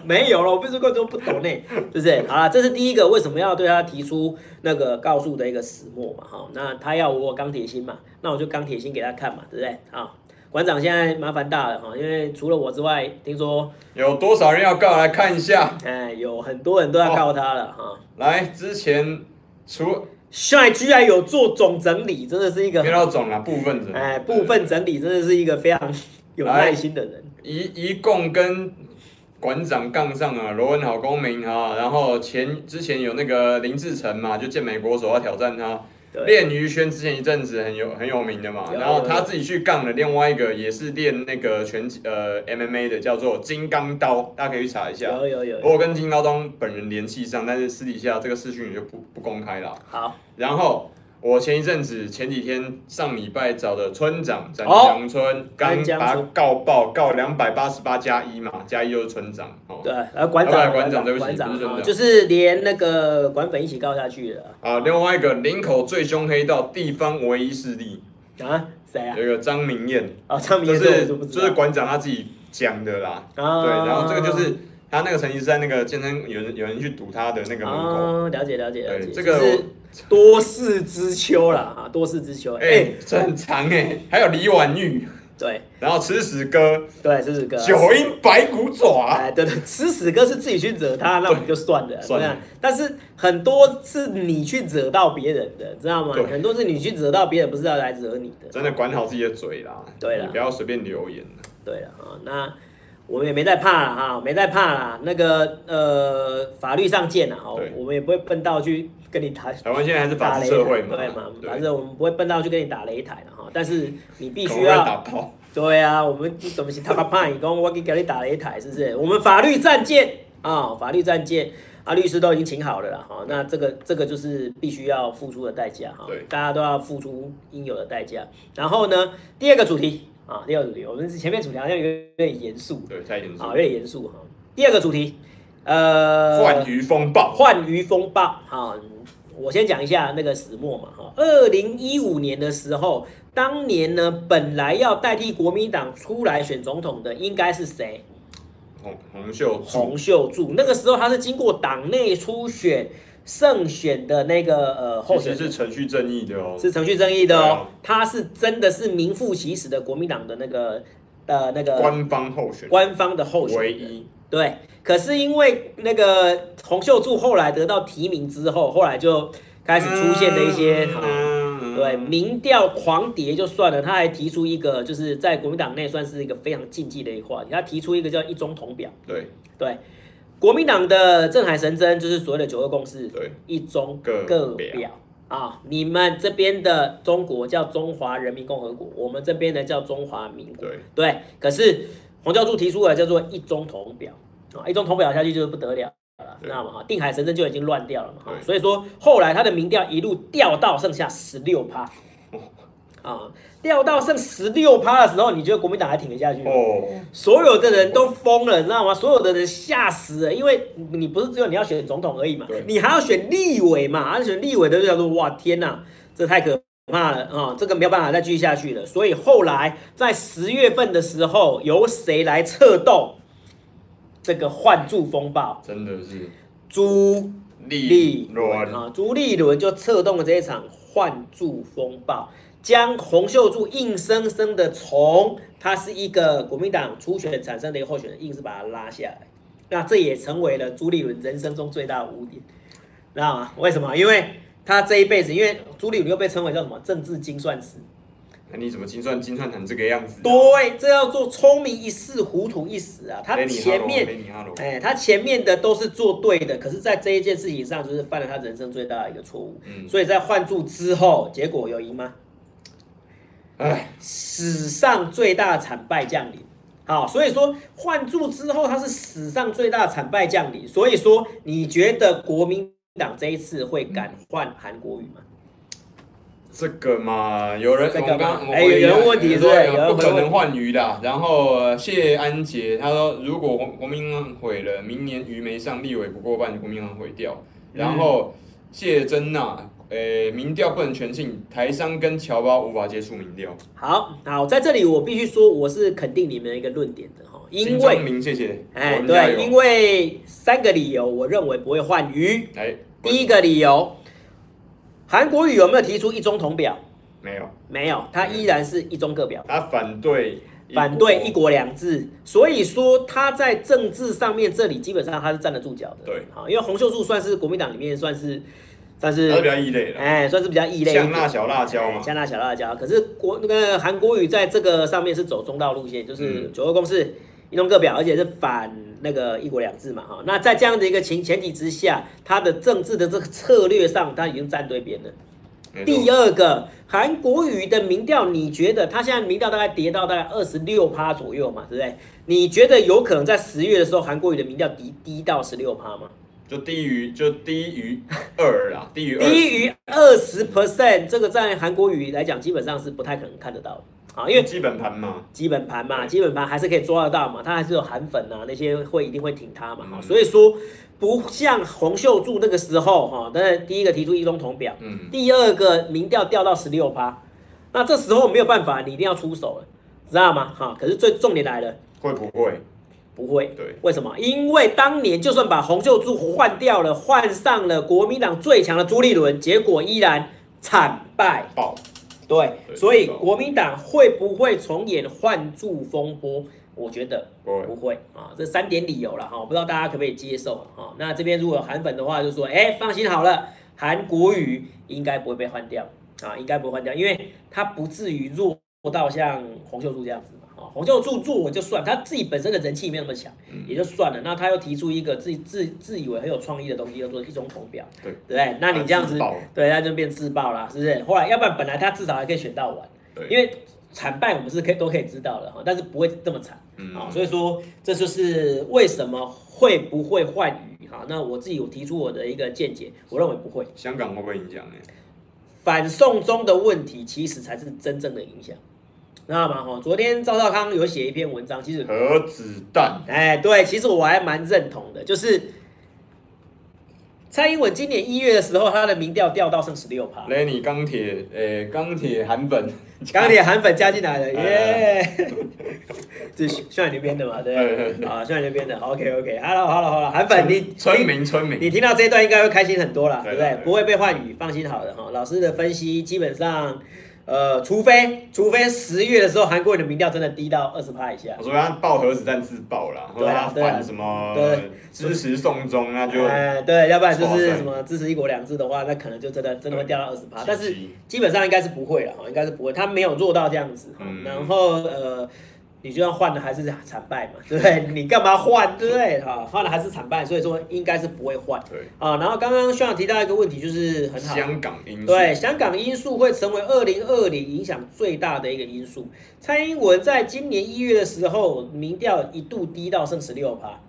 Speaker 3: 没有了，我不是观众不懂呢，是不是？好啦，这是第一个，为什么要对他提出那个告诉的一个始末嘛？哈，那他要我钢铁心嘛，那我就钢铁心给他看嘛，对不对？啊，馆长现在麻烦大了哈，因为除了我之外，听说
Speaker 1: <laughs> 有多少人要告？来看一下，
Speaker 3: 哎有很多人都要告他了
Speaker 1: 哦
Speaker 3: 哈。
Speaker 1: 来之前除
Speaker 3: 帅、居然有做总整理，真的是一个
Speaker 1: 没到总啦，部分人，
Speaker 3: 啊哎部分整理，真的是一个非常有耐心
Speaker 1: <laughs>
Speaker 3: 的人。
Speaker 1: 一一共跟馆长杠上啊，罗文好公民啊，然后前之前有那个林志成嘛，就见美国手要挑战他。
Speaker 3: 对
Speaker 1: 练于轩之前一阵子很有很有名的嘛，
Speaker 3: 有
Speaker 1: 然后
Speaker 3: 有
Speaker 1: 他自己去杠了另外一个也是练那个拳击呃 MMA 的，叫做金刚刀，大家可以去查一下。
Speaker 3: 有有有有，
Speaker 1: 我有跟金刀东本人联系上，但是私底下这个事讯也就不不公开了。
Speaker 3: 好，
Speaker 1: 然后我前一阵子前几天上礼拜找的村长詹
Speaker 3: 哦
Speaker 1: 江村，刚
Speaker 3: 詹江
Speaker 1: 把他
Speaker 3: 村
Speaker 1: 告爆告两百八十八加一嘛，加一就是村长哦。
Speaker 3: 对，呃馆
Speaker 1: 啊
Speaker 3: 长
Speaker 1: 不馆长对不起
Speaker 3: 馆
Speaker 1: 不
Speaker 3: 长
Speaker 1: 是村
Speaker 3: 啊
Speaker 1: 长
Speaker 3: 就是连那个馆粉一起告下去了。
Speaker 1: 啊，另外一个林口最凶黑道地方唯一势力，
Speaker 3: 啊，谁啊
Speaker 1: 有？一个张明艳。
Speaker 3: 哦，唱名
Speaker 1: 就
Speaker 3: 字我
Speaker 1: 是
Speaker 3: 就不知
Speaker 1: 就
Speaker 3: 道。
Speaker 1: 是馆长他自己讲的啦，
Speaker 3: 啊
Speaker 1: 对，然后这个就是他那个成绩是在那个健身有人有人去堵他的那个门口，
Speaker 3: 啊，了解了解了解，
Speaker 1: 对这个
Speaker 3: 就是多事之秋啦，啊，多事之秋。哎、
Speaker 1: 哎、这很长哎、还有李婉玉，
Speaker 3: 对
Speaker 1: 然后吃屎哥，
Speaker 3: 对，啊这是个
Speaker 1: 九阴白骨爪，
Speaker 3: 哎，对对，吃屎哥是自己去惹他，那我们就算了，
Speaker 1: 算了
Speaker 3: 对啊但是很多是你去惹到别人的，知道吗？
Speaker 1: 对
Speaker 3: 很多是你去惹到别人，不是要来惹你的。
Speaker 1: 真的管好自己的嘴啦，
Speaker 3: 对啦
Speaker 1: 你不要随便留言啦
Speaker 3: 对了啊，那我们也没在怕了哈，没在怕啦。那个呃，法律上见了哈
Speaker 1: 对，
Speaker 3: 我们也不会笨到去跟你谈
Speaker 1: 台湾现在还是
Speaker 3: 打
Speaker 1: 法
Speaker 3: 擂
Speaker 1: 治
Speaker 3: 台
Speaker 1: 社会嘛，
Speaker 3: 对嘛？
Speaker 1: 对
Speaker 3: 反正我们不会笨到去跟你打擂台的哈，但是你必
Speaker 1: 可
Speaker 3: 须
Speaker 1: 能会打
Speaker 3: 要
Speaker 1: 炮，
Speaker 3: 对啊，我们怎么是他个怕你讲我给给你打擂台是不是？我们法律战舰啊、法律战舰啊，律师都已经请好了啦哈、啊那这个这个就是必须要付出的代价哈、
Speaker 1: 对
Speaker 3: 大家都要付出应有的代价。然后呢，第二个主题啊，第二个主题，我们前面主题好像有点严肃
Speaker 1: 对，太严肃
Speaker 3: 啊，，有点严肃哈。第二个主题，呃，
Speaker 1: 换鱼风暴，
Speaker 3: 幻鱼风暴哈、我先讲一下那个始末嘛哈。二零一五年的时候，当年呢本来要代替国民党出来选总统的应该是谁？
Speaker 1: 洪洪秀柱，
Speaker 3: 洪秀柱。那个时候他是经过党内初选胜选的那个呃候
Speaker 1: 其
Speaker 3: 选
Speaker 1: 实
Speaker 3: 人。
Speaker 1: 是程序正义的哦，
Speaker 3: 是程序正义的
Speaker 1: 对
Speaker 3: 哦
Speaker 1: 啊，
Speaker 3: 他是真的是名副其实的国民党的那个呃那个
Speaker 1: 官方候选人
Speaker 3: 官方的候选人
Speaker 1: 唯一，
Speaker 3: 对，可是因为那个洪秀柱后来得到提名之后，后来就开始出现了一些、啊
Speaker 1: 嗯
Speaker 3: 对民调狂跌就算了，他还提出一个就是在国民党内算是一个非常禁忌的一个话题，他提出一个叫一中同表，
Speaker 1: 对
Speaker 3: 对。国民党的政海神针就是所谓的九二共识，
Speaker 1: 对
Speaker 3: 一中
Speaker 1: 各
Speaker 3: 各
Speaker 1: 表
Speaker 3: 表啊，你们这边的中国叫中华人民共和国，我们这边呢叫中华民国。
Speaker 1: 对，
Speaker 3: 对，可是洪教授提出了叫做一中同表啊，一中同表下去就是不得了了，
Speaker 1: 对
Speaker 3: 知道吗？哈，定海神针就已经乱掉了嘛，哈
Speaker 1: 对
Speaker 3: 所以说后来他的民调一路掉到剩下十六趴，
Speaker 1: 哦
Speaker 3: 啊，掉到剩十六趴的时候，你觉得国民党还挺得下去吗？
Speaker 1: 哦，
Speaker 3: 所有的人都疯了，你知道吗？所有的人吓死了，因为你不是只有你要选总统而已嘛
Speaker 1: 对，
Speaker 3: 你还要选立委嘛，而选立委的就叫做哇天哪，这太可怕了啊、这个没有办法再继续下去了。所以后来在十月份的时候，由谁来策动这个换柱风暴？
Speaker 1: 真的是
Speaker 3: 朱
Speaker 1: 利
Speaker 3: 立
Speaker 1: 润，
Speaker 3: 啊，朱立伦就策动了这一场换柱风暴，将洪秀柱硬生生的从他是一个国民党初选产生的一个候选人，硬是把他拉下来。那这也成为了朱立伦人生中最大的污点，知道吗？为什么？因为他这一辈子，因为朱立伦又被称为叫什么政治精算师，
Speaker 1: 那你怎么精算精算成这个样子、啊？
Speaker 3: 对，这要做聪明一世，糊涂一时啊。他
Speaker 1: 雷尼哈
Speaker 3: 前
Speaker 1: 罗，
Speaker 3: 面
Speaker 1: 雷尼哈罗，
Speaker 3: 哎，他前面的都是做对的，可是，在这一件事情上，就是犯了他人生最大的一个错误。
Speaker 1: 嗯
Speaker 3: 所以在换柱之后，结果有赢吗？
Speaker 1: 哎，
Speaker 3: 史上最大惨败降临。好，所以说换柱之后，他是史上最大惨败降临。所以说，你觉得国民党这一次会敢换韩国瑜吗？
Speaker 1: 这个嘛，有人
Speaker 3: 这个
Speaker 1: 我
Speaker 3: 嘛
Speaker 1: 刚
Speaker 3: 哎有有人问题
Speaker 1: 说
Speaker 3: 对有人
Speaker 1: 不可
Speaker 3: 回问
Speaker 1: 能换鱼的啊。然后呃谢安杰他说，如果国国民党毁了，明年鱼没上立委不过半，国民党毁掉。然后谢珍娜，诶，民调不能全信，台商跟侨胞无法接触民调。
Speaker 3: 好好，在这里我必须说，我是肯定你们的一个论点的哈，因
Speaker 1: 金钟
Speaker 3: 为
Speaker 1: 明谢谢，
Speaker 3: 哎
Speaker 1: 我们加油
Speaker 3: 对，因为三个理由，我认为不会换瑜。
Speaker 1: 哎，
Speaker 3: 第一
Speaker 1: 个
Speaker 3: 个理由，韩国瑜有没有提出一中同表？
Speaker 1: 没有，
Speaker 3: 没有，他依然是一中各表，
Speaker 1: 他反对
Speaker 3: 反对一国两制。所以说他在政治上面这里基本上他是站得住脚的。
Speaker 1: 对
Speaker 3: 好，因为洪秀柱算是国民党里面算是
Speaker 1: 他
Speaker 3: 算
Speaker 1: 是比
Speaker 3: 是
Speaker 1: 较异类的，
Speaker 3: 哎，算是比较异类一点，
Speaker 1: 像辣小辣椒嘛
Speaker 3: 哎，加拿大小辣椒。可是国那个韩国瑜在这个上面是走中道路线，就是
Speaker 1: 嗯
Speaker 3: 九二共识、一中各表，而且是反那个一国两制嘛，哈。那在这样的一个情前提之下，他的政治的这个策略上，他已经站对边了。
Speaker 1: 没错
Speaker 3: 第二个，韩国瑜的民调，你觉得他现在民调大概跌到大概二十六趴左右嘛，对不对？你觉得有可能在十月的时候，韩国瑜的民调低低到十六趴吗？
Speaker 1: 就低于就低于二啦，低于二
Speaker 3: 低于二十 percent，这个在韩国瑜来讲，基本上是不太可能看得到的啊，因为
Speaker 1: 基本盘嘛，
Speaker 3: 基本盘嘛，基本盘还是可以抓得到嘛，他还是有韩粉啊，那些会一定会挺他嘛，哈
Speaker 1: 嗯
Speaker 3: 所以说不像洪秀柱那个时候哈，当然第一个提出一中同表，
Speaker 1: 嗯，
Speaker 3: 第二个民调掉到十六趴，那这时候没有办法，你一定要出手了，知道吗？哈，可是最重点来了，
Speaker 1: 会不会？
Speaker 3: 不会。
Speaker 1: 对，
Speaker 3: 为什么？因为当年就算把洪秀柱换掉了，换上了国民党最强的朱立伦，结果依然惨败。
Speaker 1: 爆，
Speaker 3: 对，
Speaker 1: 对
Speaker 3: 所以
Speaker 1: 没错
Speaker 3: 国民党会不会重演换柱风波？我觉得
Speaker 1: 不会
Speaker 3: 不会啊，这三点理由了哈，我不知道大家可不可以接受啊？那这边如果有韩粉的话，就说哎，放心好了，韩国瑜应该不会被换掉啊，应该不会换掉，因为他不至于弱到像洪秀柱这样子嘛。啊洪秀柱弱就算，他自己本身的人气没有那么强，
Speaker 1: 嗯
Speaker 3: 也就算了。那他又提出一个自自自以为很有创意的东西，叫做一中同表，
Speaker 1: 对
Speaker 3: 对不对？那你这样
Speaker 1: 自
Speaker 3: 子
Speaker 1: 爆，
Speaker 3: 对，那就变自爆啦，是不是？后来要不然本来他至少还可以选到完，
Speaker 1: 对，
Speaker 3: 因为惨败我们是可以都可以知道的哈，但是不会这么惨
Speaker 1: 嗯
Speaker 3: 啊、所以说这就是为什么会不会换鱼哈。那我自己有提出我的一个见解，我认为不会。
Speaker 1: 香港会不会影响呢？
Speaker 3: 反送中的问题其实才是真正的影响，知道吗？哈，昨天赵少康有写一篇文章，其实
Speaker 1: 核子弹，
Speaker 3: 哎，对，其实我还蛮认同的，就是蔡英文今年一月的时候，她的民调掉到剩十六趴，
Speaker 1: Lenny 钢铁，诶，钢铁韩粉，
Speaker 3: <laughs> 钢铁韩粉加进来了，
Speaker 1: 哎
Speaker 3: 耶！ <laughs> 这是渲染那边的嘛，对
Speaker 1: 对对
Speaker 3: 不对？
Speaker 1: 对
Speaker 3: 啊，渲染那边的，OK OK，Hello Hello Hello，韩粉你
Speaker 1: 哎村民，哎村
Speaker 3: 你
Speaker 1: 民，
Speaker 3: 听到这一段应该会开心很多啦，对
Speaker 1: 对
Speaker 3: 不
Speaker 1: 啦
Speaker 3: 对
Speaker 1: 对？啦
Speaker 3: 不会被换语，放心好了哈。老师的分析基本上，呃，除非除非十月的时候韩国人的民调真的低到二十趴以下
Speaker 1: 我，说他爆核子弹自爆啦，
Speaker 3: 对
Speaker 1: 说
Speaker 3: 啊
Speaker 1: 他
Speaker 3: 对啊
Speaker 1: 反什么
Speaker 3: 对
Speaker 1: 支持送中，那就
Speaker 3: 哎，对，要不然就
Speaker 1: 哇
Speaker 3: 是
Speaker 1: 塞
Speaker 3: 什么支持一国两制的话，那可能就真的真的会掉到二十趴，
Speaker 1: 对
Speaker 3: 但是
Speaker 1: 紧急
Speaker 3: 哦基本上应该是不会了哈，应该是不会，他没有弱到这样子哈。
Speaker 1: 嗯
Speaker 3: 哦然后呃，你就算换了还是惨败嘛，对不对？ <laughs> 你干嘛换，对不对？哈，换了还是惨败，所以说应该是不会换
Speaker 1: 对，
Speaker 3: 啊。然后刚刚校长提到一个问题，就是很好，
Speaker 1: 香港因素，
Speaker 3: 对，香港因素会成为二零二零影响最大的一个因素。蔡英文在今年一月的时候，民调一度低到剩十六趴，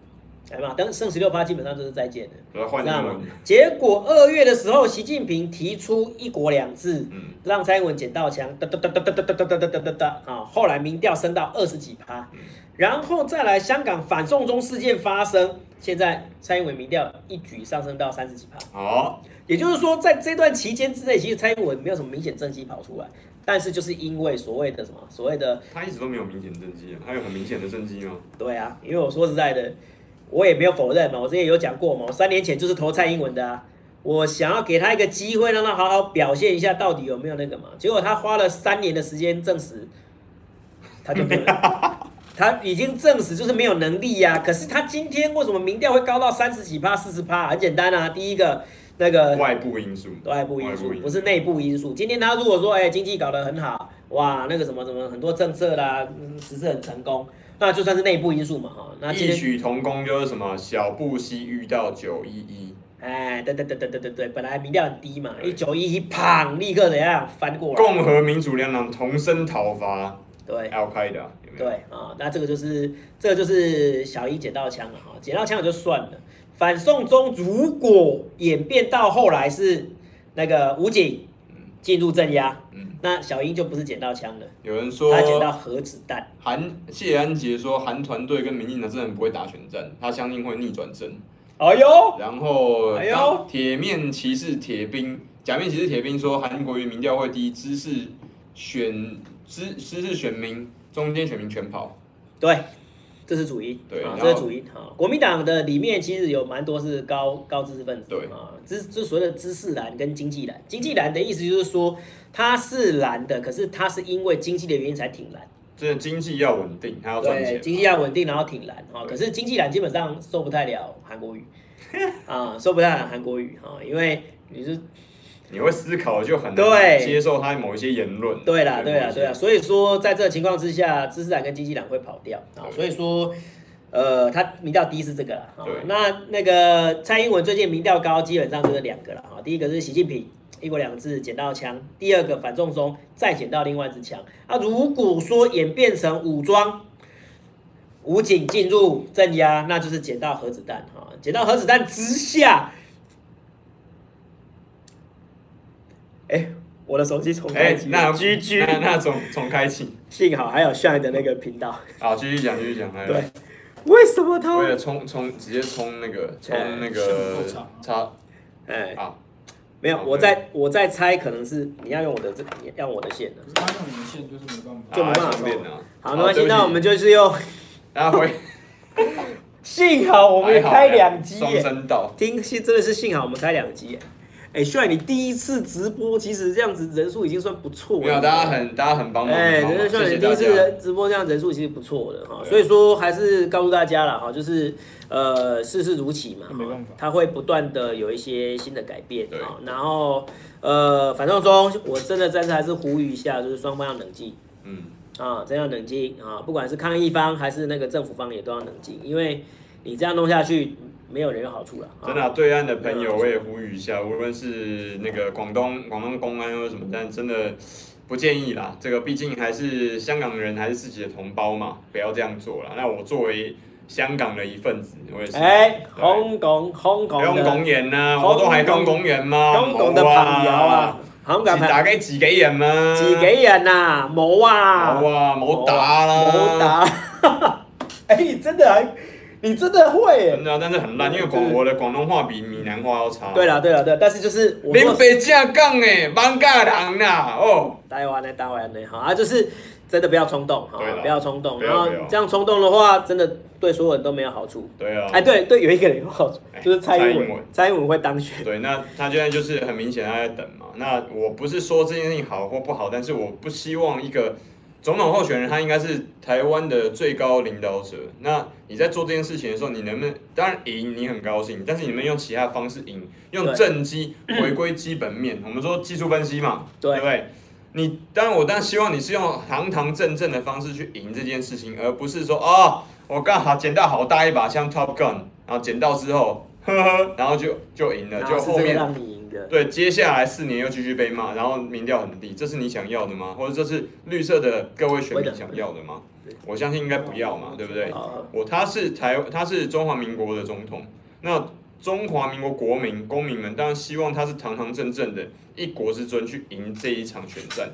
Speaker 3: 哎嘛，但剩十六趴基本上就是再见的，
Speaker 1: 来换
Speaker 3: 知道
Speaker 1: 英
Speaker 3: 吗
Speaker 1: 文，？
Speaker 3: 结果二月的时候，习近平提出“一国两制”，
Speaker 1: 嗯，
Speaker 3: 让蔡英文捡到枪，哒哒哒哒哒哒哒哒哒哒哒哒啊！后来民调升到二十几趴，
Speaker 1: 嗯
Speaker 3: 然后再来香港反送中事件发生，现在蔡英文民调一举上升到三十几趴。
Speaker 1: 好，
Speaker 3: 也就是说，在这段期间之内，其实蔡英文没有什么明显政绩跑出来，但是就是因为所谓的什么，所谓的
Speaker 1: 他一直都没有明显政绩啊，他有很明显的政绩吗？
Speaker 3: 对啊，因为我说实在的，我也没有否认嘛，我之前有讲过嘛，我三年前就是投蔡英文的啊，我想要给他一个机会，让他好好表现一下，到底有没有那个嘛，结果他花了三年的时间证实，他就没有。他已经证实就是没有能力呀、可是他今天为什么民调会高到三十几趴、四十趴？很简单啊，第一个那个
Speaker 1: 外部因素，
Speaker 3: 外部因素，不是内部因素。今天他如果说，哎、经济搞得很好，哇，那个什么什么很多政策啦，嗯实施很成功，那就算是内部因素嘛，哈。那今
Speaker 1: 异
Speaker 3: 天，
Speaker 1: 曲同工就是什么？小布希遇到九一一，
Speaker 3: 哎，对对对对对对对，本来民调很低嘛，一九一一，砰，立刻怎样翻过来？
Speaker 1: 共和民主两党同声讨伐
Speaker 3: 对
Speaker 1: Al Qaeda，有没
Speaker 3: 对
Speaker 1: 有？
Speaker 3: 啊、那这个就是这个就是小一捡到枪了哈，捡到枪也就算了。反送中如果演变到后来是那个武警进入镇压，
Speaker 1: 嗯，
Speaker 3: 那小英就不是捡到枪了，
Speaker 1: 有人说
Speaker 3: 她捡到核子弹。
Speaker 1: 韩谢安杰说韩团队跟民进党真的不会打选战，他相信会逆转胜。
Speaker 3: 哎呦，
Speaker 1: 然后，
Speaker 3: 哎呦
Speaker 1: 当铁面骑士铁兵，假面骑士铁兵说韩国瑜民调会低，知识选知知识选民中间选民全跑，
Speaker 3: 对，这是主因，
Speaker 1: 对
Speaker 3: 啊
Speaker 1: 然，后
Speaker 3: 这是主因啊。国民党的里面其实有蛮多是高高知识分子，
Speaker 1: 对
Speaker 3: 啊，知就所谓的知识蓝跟经济蓝。经济蓝的意思就是说，它是蓝的，可是它是因为经济的原因才挺蓝，
Speaker 1: 真的经济要稳定，还要赚
Speaker 3: 对，
Speaker 1: 钱。
Speaker 3: 经济要稳定，然后挺蓝啊。
Speaker 1: 对
Speaker 3: 可是经济蓝基本上受不太了韩国语，啊，受不太了韩国语啊，因为你是
Speaker 1: 你会思考就很难
Speaker 3: 对
Speaker 1: 接受他某一些言论。
Speaker 3: 对啦，对啦，
Speaker 1: 某一些
Speaker 3: 对啦，所以说在这个情况之下，知识党跟经济党会跑掉啊，
Speaker 1: 对
Speaker 3: 所以说。呃，他民调低是这个啦，啊
Speaker 1: 对
Speaker 3: 那那个蔡英文最近民调高，基本上就是两个了啊。第一个是习近平一国两制捡到枪，第二个反送中再捡到另外一支枪。啊，如果说演变成武装武警进入镇压，那就是捡到核子弹哈，啊捡到核子弹之下，哎、我的手机重开
Speaker 1: 哎
Speaker 3: 机，，
Speaker 1: 那
Speaker 3: G G，
Speaker 1: 那那重重开启，
Speaker 3: 幸好还有 Shine 的那个频道。
Speaker 1: 好，继续讲，继续讲，来
Speaker 3: 对，为什么
Speaker 1: 为
Speaker 3: 他
Speaker 1: 了冲冲直接冲那个
Speaker 3: 哎
Speaker 1: 冲那
Speaker 2: 想
Speaker 1: 个
Speaker 2: 不到
Speaker 1: 差
Speaker 3: 哎
Speaker 1: 啊，
Speaker 3: 没有？
Speaker 1: OK
Speaker 3: 我在我在猜，可能是你要用我的这你要用我的线的
Speaker 2: 可。是他用你线就是没办法。
Speaker 3: 就没办法
Speaker 1: 啊充电啊。
Speaker 3: 好，没关系
Speaker 1: 对，不起
Speaker 3: 那我们就是用。
Speaker 1: 然后回，
Speaker 3: 幸好 <laughs> 我们也开两集
Speaker 1: 双
Speaker 3: 耶，
Speaker 1: 声道，
Speaker 3: 听是真的是幸好我们开两集耶。哎，Shine，你第一次直播，其实这样子人数已经算不错了。
Speaker 1: 没有，大家很大家很帮忙，
Speaker 3: 哎，
Speaker 1: 很帮忙
Speaker 3: 真的
Speaker 1: 谢
Speaker 3: 像
Speaker 1: 谢
Speaker 3: 你第
Speaker 1: 大
Speaker 3: 一次
Speaker 1: 家。
Speaker 3: 人直播这样人数其实不错的哈，
Speaker 1: 对
Speaker 3: 所以说还是告诉大家了哈，就是呃世事如棋嘛，
Speaker 2: 没办法
Speaker 3: 它会不断的有一些新的改变
Speaker 1: 对
Speaker 3: 啊，然后呃反正中我真的暂时还是呼吁一下，就是双方要冷静。
Speaker 1: 嗯，
Speaker 3: 啊，真要冷静啊！不管是抗议方还是那个政府方，也都要冷静，因为你这样弄下去，没有人有好处了。啊
Speaker 1: 真的啊、对岸的朋友我也呼吁一下，无论是那个广东广东公安或什么，但真的不建议啦。这个毕竟还是香港人，还是自己的同胞嘛，不要这样做了。那我作为香港的一份子，我也是。
Speaker 3: 哎，
Speaker 1: 对
Speaker 3: 香港，香
Speaker 1: 不
Speaker 3: 港
Speaker 1: 用
Speaker 3: 的，
Speaker 1: 公演呐、我都还用公演吗？
Speaker 3: 香港的朋友啊，香
Speaker 1: 冇
Speaker 3: 港
Speaker 1: 啊，
Speaker 3: 朋
Speaker 1: 是大概自己人嘛，
Speaker 3: 自己人呐、冇啊，
Speaker 1: 冇啊，冇打啦，<laughs>
Speaker 3: 冇打。哎、你真的还，你真的会耶
Speaker 1: 真？的啊，但是很烂，因为广我的广东话比闽南话要差。
Speaker 3: 对，了对了对啦，但是就是我
Speaker 1: 恁
Speaker 3: 说
Speaker 1: 白正讲诶，网家人啦，哦，
Speaker 3: 台湾的台湾的，好啊，就是真的不要冲动，好
Speaker 1: 对啦
Speaker 3: 不要冲动，
Speaker 1: 不要
Speaker 3: 然后
Speaker 1: 不要
Speaker 3: 这样冲动的话，真的对所有人都没有好处。
Speaker 1: 对啊，
Speaker 3: 哎，对对，有一个人有好处
Speaker 1: 哎，
Speaker 3: 就是蔡英
Speaker 1: 蔡英文
Speaker 3: 文，蔡英文会当选。
Speaker 1: 对，那他现在就是很明显他在等嘛。那我不是说这件事情好或不好，但是我不希望一个总统候选人，他应该是台湾的最高领导者。那你在做这件事情的时候，你能不能当然赢，你很高兴，但是你们用其他方式赢，用
Speaker 3: 对
Speaker 1: 政绩回归基本面。我们说技术分析嘛，
Speaker 3: 对
Speaker 1: 不对？你当然我当然希望你是用堂堂正正的方式去赢这件事情，而不是说啊、我刚好捡到好大一把像 Top Gun，然后捡到之后，呵呵，然后就就赢了，
Speaker 3: 然
Speaker 1: 就
Speaker 3: 后是
Speaker 1: 后
Speaker 3: 这个
Speaker 1: 面
Speaker 3: 让你赢的，
Speaker 1: 对，接下来四年又继续被骂，然后民调很低，这是你想要的吗？或者这是绿色的各位选民想要的吗
Speaker 3: 对？
Speaker 1: 我相信应该不要嘛，对不对？
Speaker 3: 好
Speaker 1: 我他是台，他是中华民国的总统，那中华民国国民公民们当然希望他是堂堂正正的一国之尊去赢这一场选战，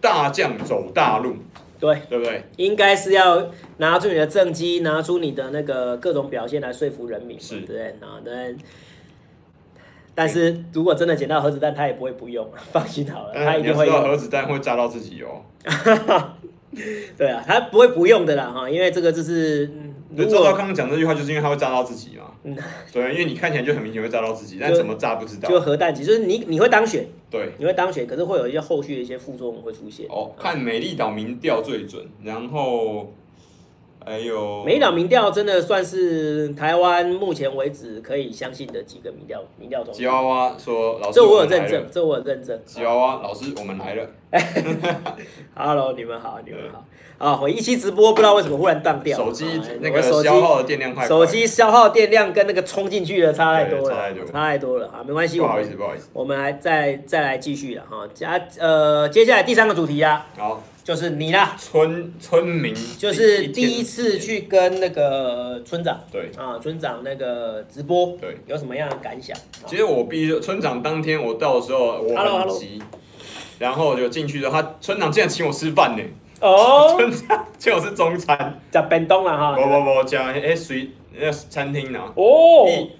Speaker 1: 大将走大路，
Speaker 3: 对，
Speaker 1: 对不对？
Speaker 3: 应该是要拿出你的政绩，拿出你的那个各种表现来说服人民嘛，
Speaker 1: 是
Speaker 3: 对不对？然后但但是如果真的捡到核子弹，他也不会不用，放心好了，他
Speaker 1: 但是哎
Speaker 3: 一
Speaker 1: 你
Speaker 3: 定
Speaker 1: 要
Speaker 3: 会
Speaker 1: 知道核
Speaker 3: 用。
Speaker 1: 子弹会炸到自己哦，
Speaker 3: 对啊，他不会不用的啦哈，因为这个就是嗯
Speaker 1: 对，
Speaker 3: 如
Speaker 1: 赵少
Speaker 3: 果
Speaker 1: 康讲这句话就是因为他会炸到自己
Speaker 3: <laughs>
Speaker 1: 嘛，
Speaker 3: 嗯
Speaker 1: 对，因为你看起来就很明显会炸到自己，但
Speaker 3: 就
Speaker 1: 怎么炸不知道，
Speaker 3: 就核弹级，就是你你会当选，
Speaker 1: 对。
Speaker 3: 你会当选，可是会有一些后续的一些副作用会出现。
Speaker 1: 哦，看美丽岛民调最准，然后还有
Speaker 3: 美岛民调真的算是台湾目前为止可以相信的几个民调民调中
Speaker 1: 吉娃娃说老师，
Speaker 3: 这我有
Speaker 1: 们来
Speaker 3: 认证
Speaker 1: 了。，
Speaker 3: 这我有认证。
Speaker 1: 吉娃娃老师，我们来了。
Speaker 3: Hello，你们好，你们好。啊，我一期直播不知道为什么忽然断掉了，
Speaker 1: 手机
Speaker 3: 啊
Speaker 1: 那
Speaker 3: 我
Speaker 1: 个
Speaker 3: 手机
Speaker 1: 消耗的电量太快
Speaker 3: 手机消耗电量跟那个冲进去的差太多
Speaker 1: 对差
Speaker 3: 了
Speaker 1: 太多，
Speaker 3: 差太多了啊，没关系，
Speaker 1: 不
Speaker 3: 我
Speaker 1: 好意思，
Speaker 3: 们
Speaker 1: 不好意思。
Speaker 3: 我们还再再来继续了哈。加呃，接下来第三个主题啊，
Speaker 1: 好，
Speaker 3: 就是你啦，
Speaker 1: 村村民
Speaker 3: 就是第
Speaker 1: 天
Speaker 3: 一次去跟那个村长
Speaker 1: 对。
Speaker 3: 啊，村长那个直播，
Speaker 1: 对，
Speaker 3: 有什么样的感
Speaker 1: <laughs>
Speaker 3: 想？啊
Speaker 1: 其实我必须说，村长当天我到的时候我
Speaker 3: Hello,
Speaker 1: 很
Speaker 3: hello
Speaker 1: 急然后我就进去之后，他村长竟然请我吃饭呢，
Speaker 3: 哦，
Speaker 1: 村长 <laughs> 请我吃中餐，
Speaker 3: 讲本东了
Speaker 1: 不
Speaker 3: 哈，
Speaker 1: 不不，讲哎谁那餐厅呢？
Speaker 3: 哦
Speaker 1: 议，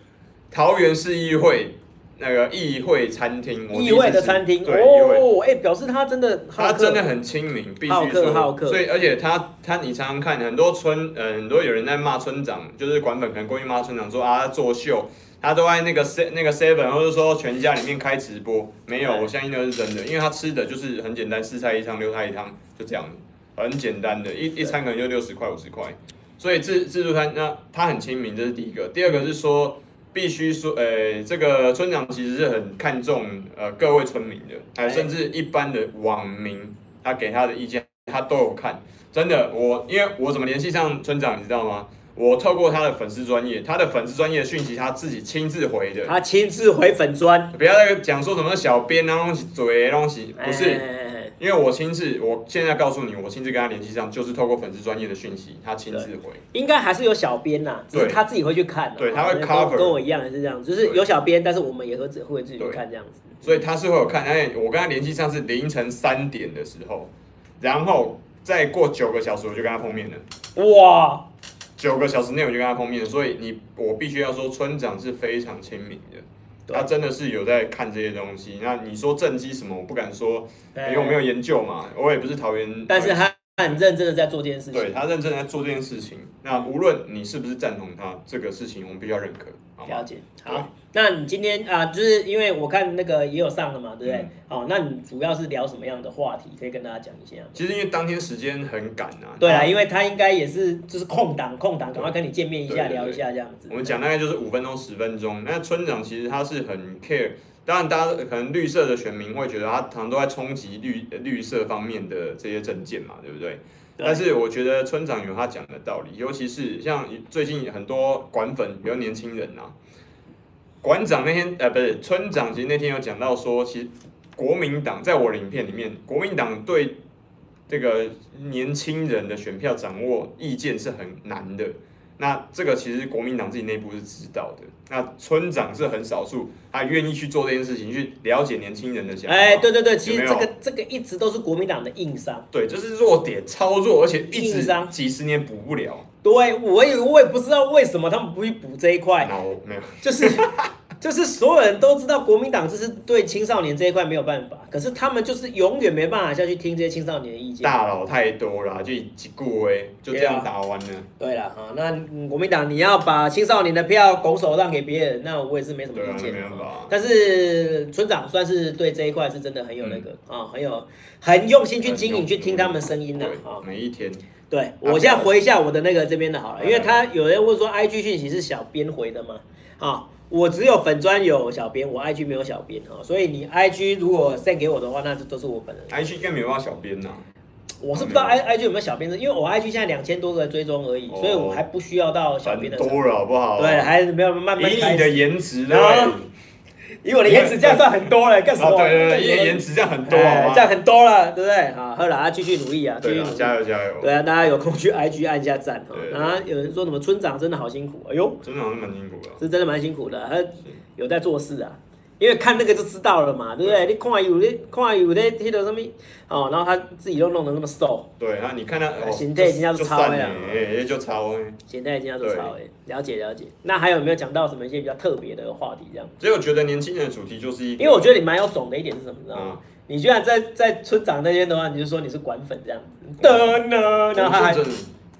Speaker 1: 桃园市议会那个议会餐厅，我第一
Speaker 3: 意
Speaker 1: 次
Speaker 3: 味的
Speaker 1: 吃
Speaker 3: 餐厅，
Speaker 1: 对，议会，
Speaker 3: 哦，哎，表示他真的好
Speaker 1: 他
Speaker 3: 客
Speaker 1: 真的很亲民，必须
Speaker 3: 好客
Speaker 1: 说，
Speaker 3: 好客
Speaker 1: 所以而且他他你常常看很多村，呃，很多有人在骂村长，就是管粉可能过去骂村长说啊他作秀，他都在那个 se 那个 seven 或者说全家里面开直播，没有，
Speaker 3: 对
Speaker 1: 我相信那是真的，因为他吃的就是很简单，四菜一汤，六菜一汤，就这样，很简单的，一一餐可能就六十块五十块，所以自自助餐那呃他很亲民，这是第一个，第二个是说。必须说，呃、这个村长其实是很看重呃各位村民的，还有
Speaker 3: 哎
Speaker 1: 甚至一般的网民，他给他的意见他都有看。真的，我因为我怎么联系上村长，你知道吗？我透过他的粉丝专业，他的粉丝专业的讯息他自己亲自回的，
Speaker 3: 他亲自回粉砖，
Speaker 1: 不要再讲说什么小编啊东西嘴啊东西，不是。
Speaker 3: 哎
Speaker 1: 因为我亲自，我现在告诉你，我亲自跟他联系上，就是透过粉丝专业的讯息，他亲自回。
Speaker 3: 应该还是有小编呐，只
Speaker 1: 对
Speaker 3: 是他自己会去看啊，
Speaker 1: 对他会
Speaker 3: 跟
Speaker 1: cover
Speaker 3: 跟我一样也是这样，就是
Speaker 1: 对
Speaker 3: 有小编，但是我们也会自会自己去
Speaker 1: 对
Speaker 3: 看这样子。
Speaker 1: 所以他是会有看，而且我跟他联系上是凌晨三点的时候，然后再过九个小时我就跟他碰面了，
Speaker 3: 哇，
Speaker 1: 九个小时内我就跟他碰面了，所以你我必须要说村长是非常亲民的，
Speaker 3: 对
Speaker 1: 他真的是有在看这些东西。那你说政绩什么，我不敢说，哎因为我没
Speaker 3: 有？
Speaker 1: 有研究嘛，我也不是桃园，
Speaker 3: 哎但是他很认真的在做这件事
Speaker 1: 对
Speaker 3: 情，
Speaker 1: 他认真地在做这件事情。那无论你是不是赞同他这个事情，我们必须要认可，好
Speaker 3: 了
Speaker 1: 吗？
Speaker 3: 解。
Speaker 1: 对
Speaker 3: 好，那你今天啊，就是因为我看那个也有上了嘛，对不对
Speaker 1: 嗯？
Speaker 3: 好，那你主要是聊什么样的话题？可以跟大家讲一下。
Speaker 1: 其实因为当天时间很赶啊，
Speaker 3: 对啊，
Speaker 1: 那
Speaker 3: 因为他应该也是就是空档空档，赶快跟你见面一下，
Speaker 1: 对对对
Speaker 3: 聊一下这样子。
Speaker 1: 我们讲大概就是五分钟、十分钟。那村长其实他是很 care，当然大家可能绿色的选民会觉得他常常都在冲击绿呃绿色方面的这些政见嘛，对不对？
Speaker 3: 对
Speaker 1: 但是我觉得村长有他讲的道理，尤其是像最近很多管粉，比如年轻人啊，馆长那天呃不是村长，其实那天有讲到说，其实国民党在我的影片里面，国民党对这个年轻人的选票掌握意见是很难的。那这个其实国民党自己内部是知道的，那村长是很少数，他愿意去做这件事情，去了解年轻人的想法。
Speaker 3: 哎，对对对，其实
Speaker 1: 有没
Speaker 3: 这
Speaker 1: 有
Speaker 3: 个这个一直都是国民党的硬伤。
Speaker 1: 对，这是弱点，超弱，而且一
Speaker 3: 硬
Speaker 1: 直
Speaker 3: 伤
Speaker 1: 几十年补不了。
Speaker 3: 对，我也我也不知道为什么他们不去补这一
Speaker 1: <laughs>
Speaker 3: 块，
Speaker 1: 那我没有，
Speaker 3: 就是就是所有人都知道国民党就是对青少年这一块没有办法，可是他们就是永远没办法下去听这些青少年的意见。
Speaker 1: 大佬太多了，就一句话就这样打完了。
Speaker 3: 对了啊，那嗯国民党你要把青少年的票拱手让给别人，那我也是没什么
Speaker 1: 对啊
Speaker 3: 意见
Speaker 1: 没
Speaker 3: 的
Speaker 1: 办法
Speaker 3: 啊。但是村长算是对这一块是真的很有那个啊、很有很用心去
Speaker 1: 嗯
Speaker 3: 经
Speaker 1: 很
Speaker 3: 营，
Speaker 1: 用
Speaker 3: 去听他们声音的
Speaker 1: 对
Speaker 3: 啊。
Speaker 1: 每一天
Speaker 3: 对我现在回一下我的那个这边的好了，因为
Speaker 1: 嗯
Speaker 3: 他有人问说 IG 讯息是小编回的吗？啊、我只有粉专有小编，我 IG 没有小编啊、哦所以你 IG 如果 send 给我的话，那就都是我本人。
Speaker 1: IG 应该没有办法小编呐、
Speaker 3: 我是不知
Speaker 1: 啊
Speaker 3: 道 I IG 有没有小编的，因为我 IG 现在两千多个追踪而已，
Speaker 1: 哦
Speaker 3: 所以我还不需要到小
Speaker 1: 很
Speaker 3: 编的。
Speaker 1: 多了好不好？
Speaker 3: 对，还是没有慢慢
Speaker 1: 以
Speaker 3: 开
Speaker 1: 你的
Speaker 3: 始。
Speaker 1: 颜值对
Speaker 3: 啊
Speaker 1: 不对？
Speaker 3: 以我的颜值，这样算很多了，干什
Speaker 1: 啊，
Speaker 3: 么？
Speaker 1: 对对对，因为颜值这样很多，好
Speaker 3: 哎
Speaker 1: 吗
Speaker 3: 这样很多了，对不对？好，喝了啊，继续努力啊，继
Speaker 1: 对
Speaker 3: 续
Speaker 1: 啊
Speaker 3: 努，力。
Speaker 1: 加油加油！
Speaker 3: 对啊，大家有空去 IG 按一下赞哈
Speaker 1: 对。对
Speaker 3: 然后有人说什么村长真的好辛苦，哎呦，
Speaker 1: 真的好像蛮辛苦的。
Speaker 3: 是真的蛮辛苦的，他有在做事啊。因为看那个就知道了嘛，对不对？你看有的，看有的，那个什么哦，然后他自己又弄得那么瘦，
Speaker 1: 对，然后你看他，哦
Speaker 3: 形啊态已经要
Speaker 1: 就
Speaker 3: 超了
Speaker 1: 散哎，哎就超哎。
Speaker 3: 简单一下做超哎，了解了解。那还有没有讲到什么一些比较特别的话题这样？
Speaker 1: 所以我觉得年轻人的主题就是一个，
Speaker 3: 因为我觉得你蛮有种的一点是什么，你知道吗？
Speaker 1: 啊，
Speaker 3: 你居然在在村长那边的话，你就说你是管粉这样子，噔呢，然后他还
Speaker 1: 这这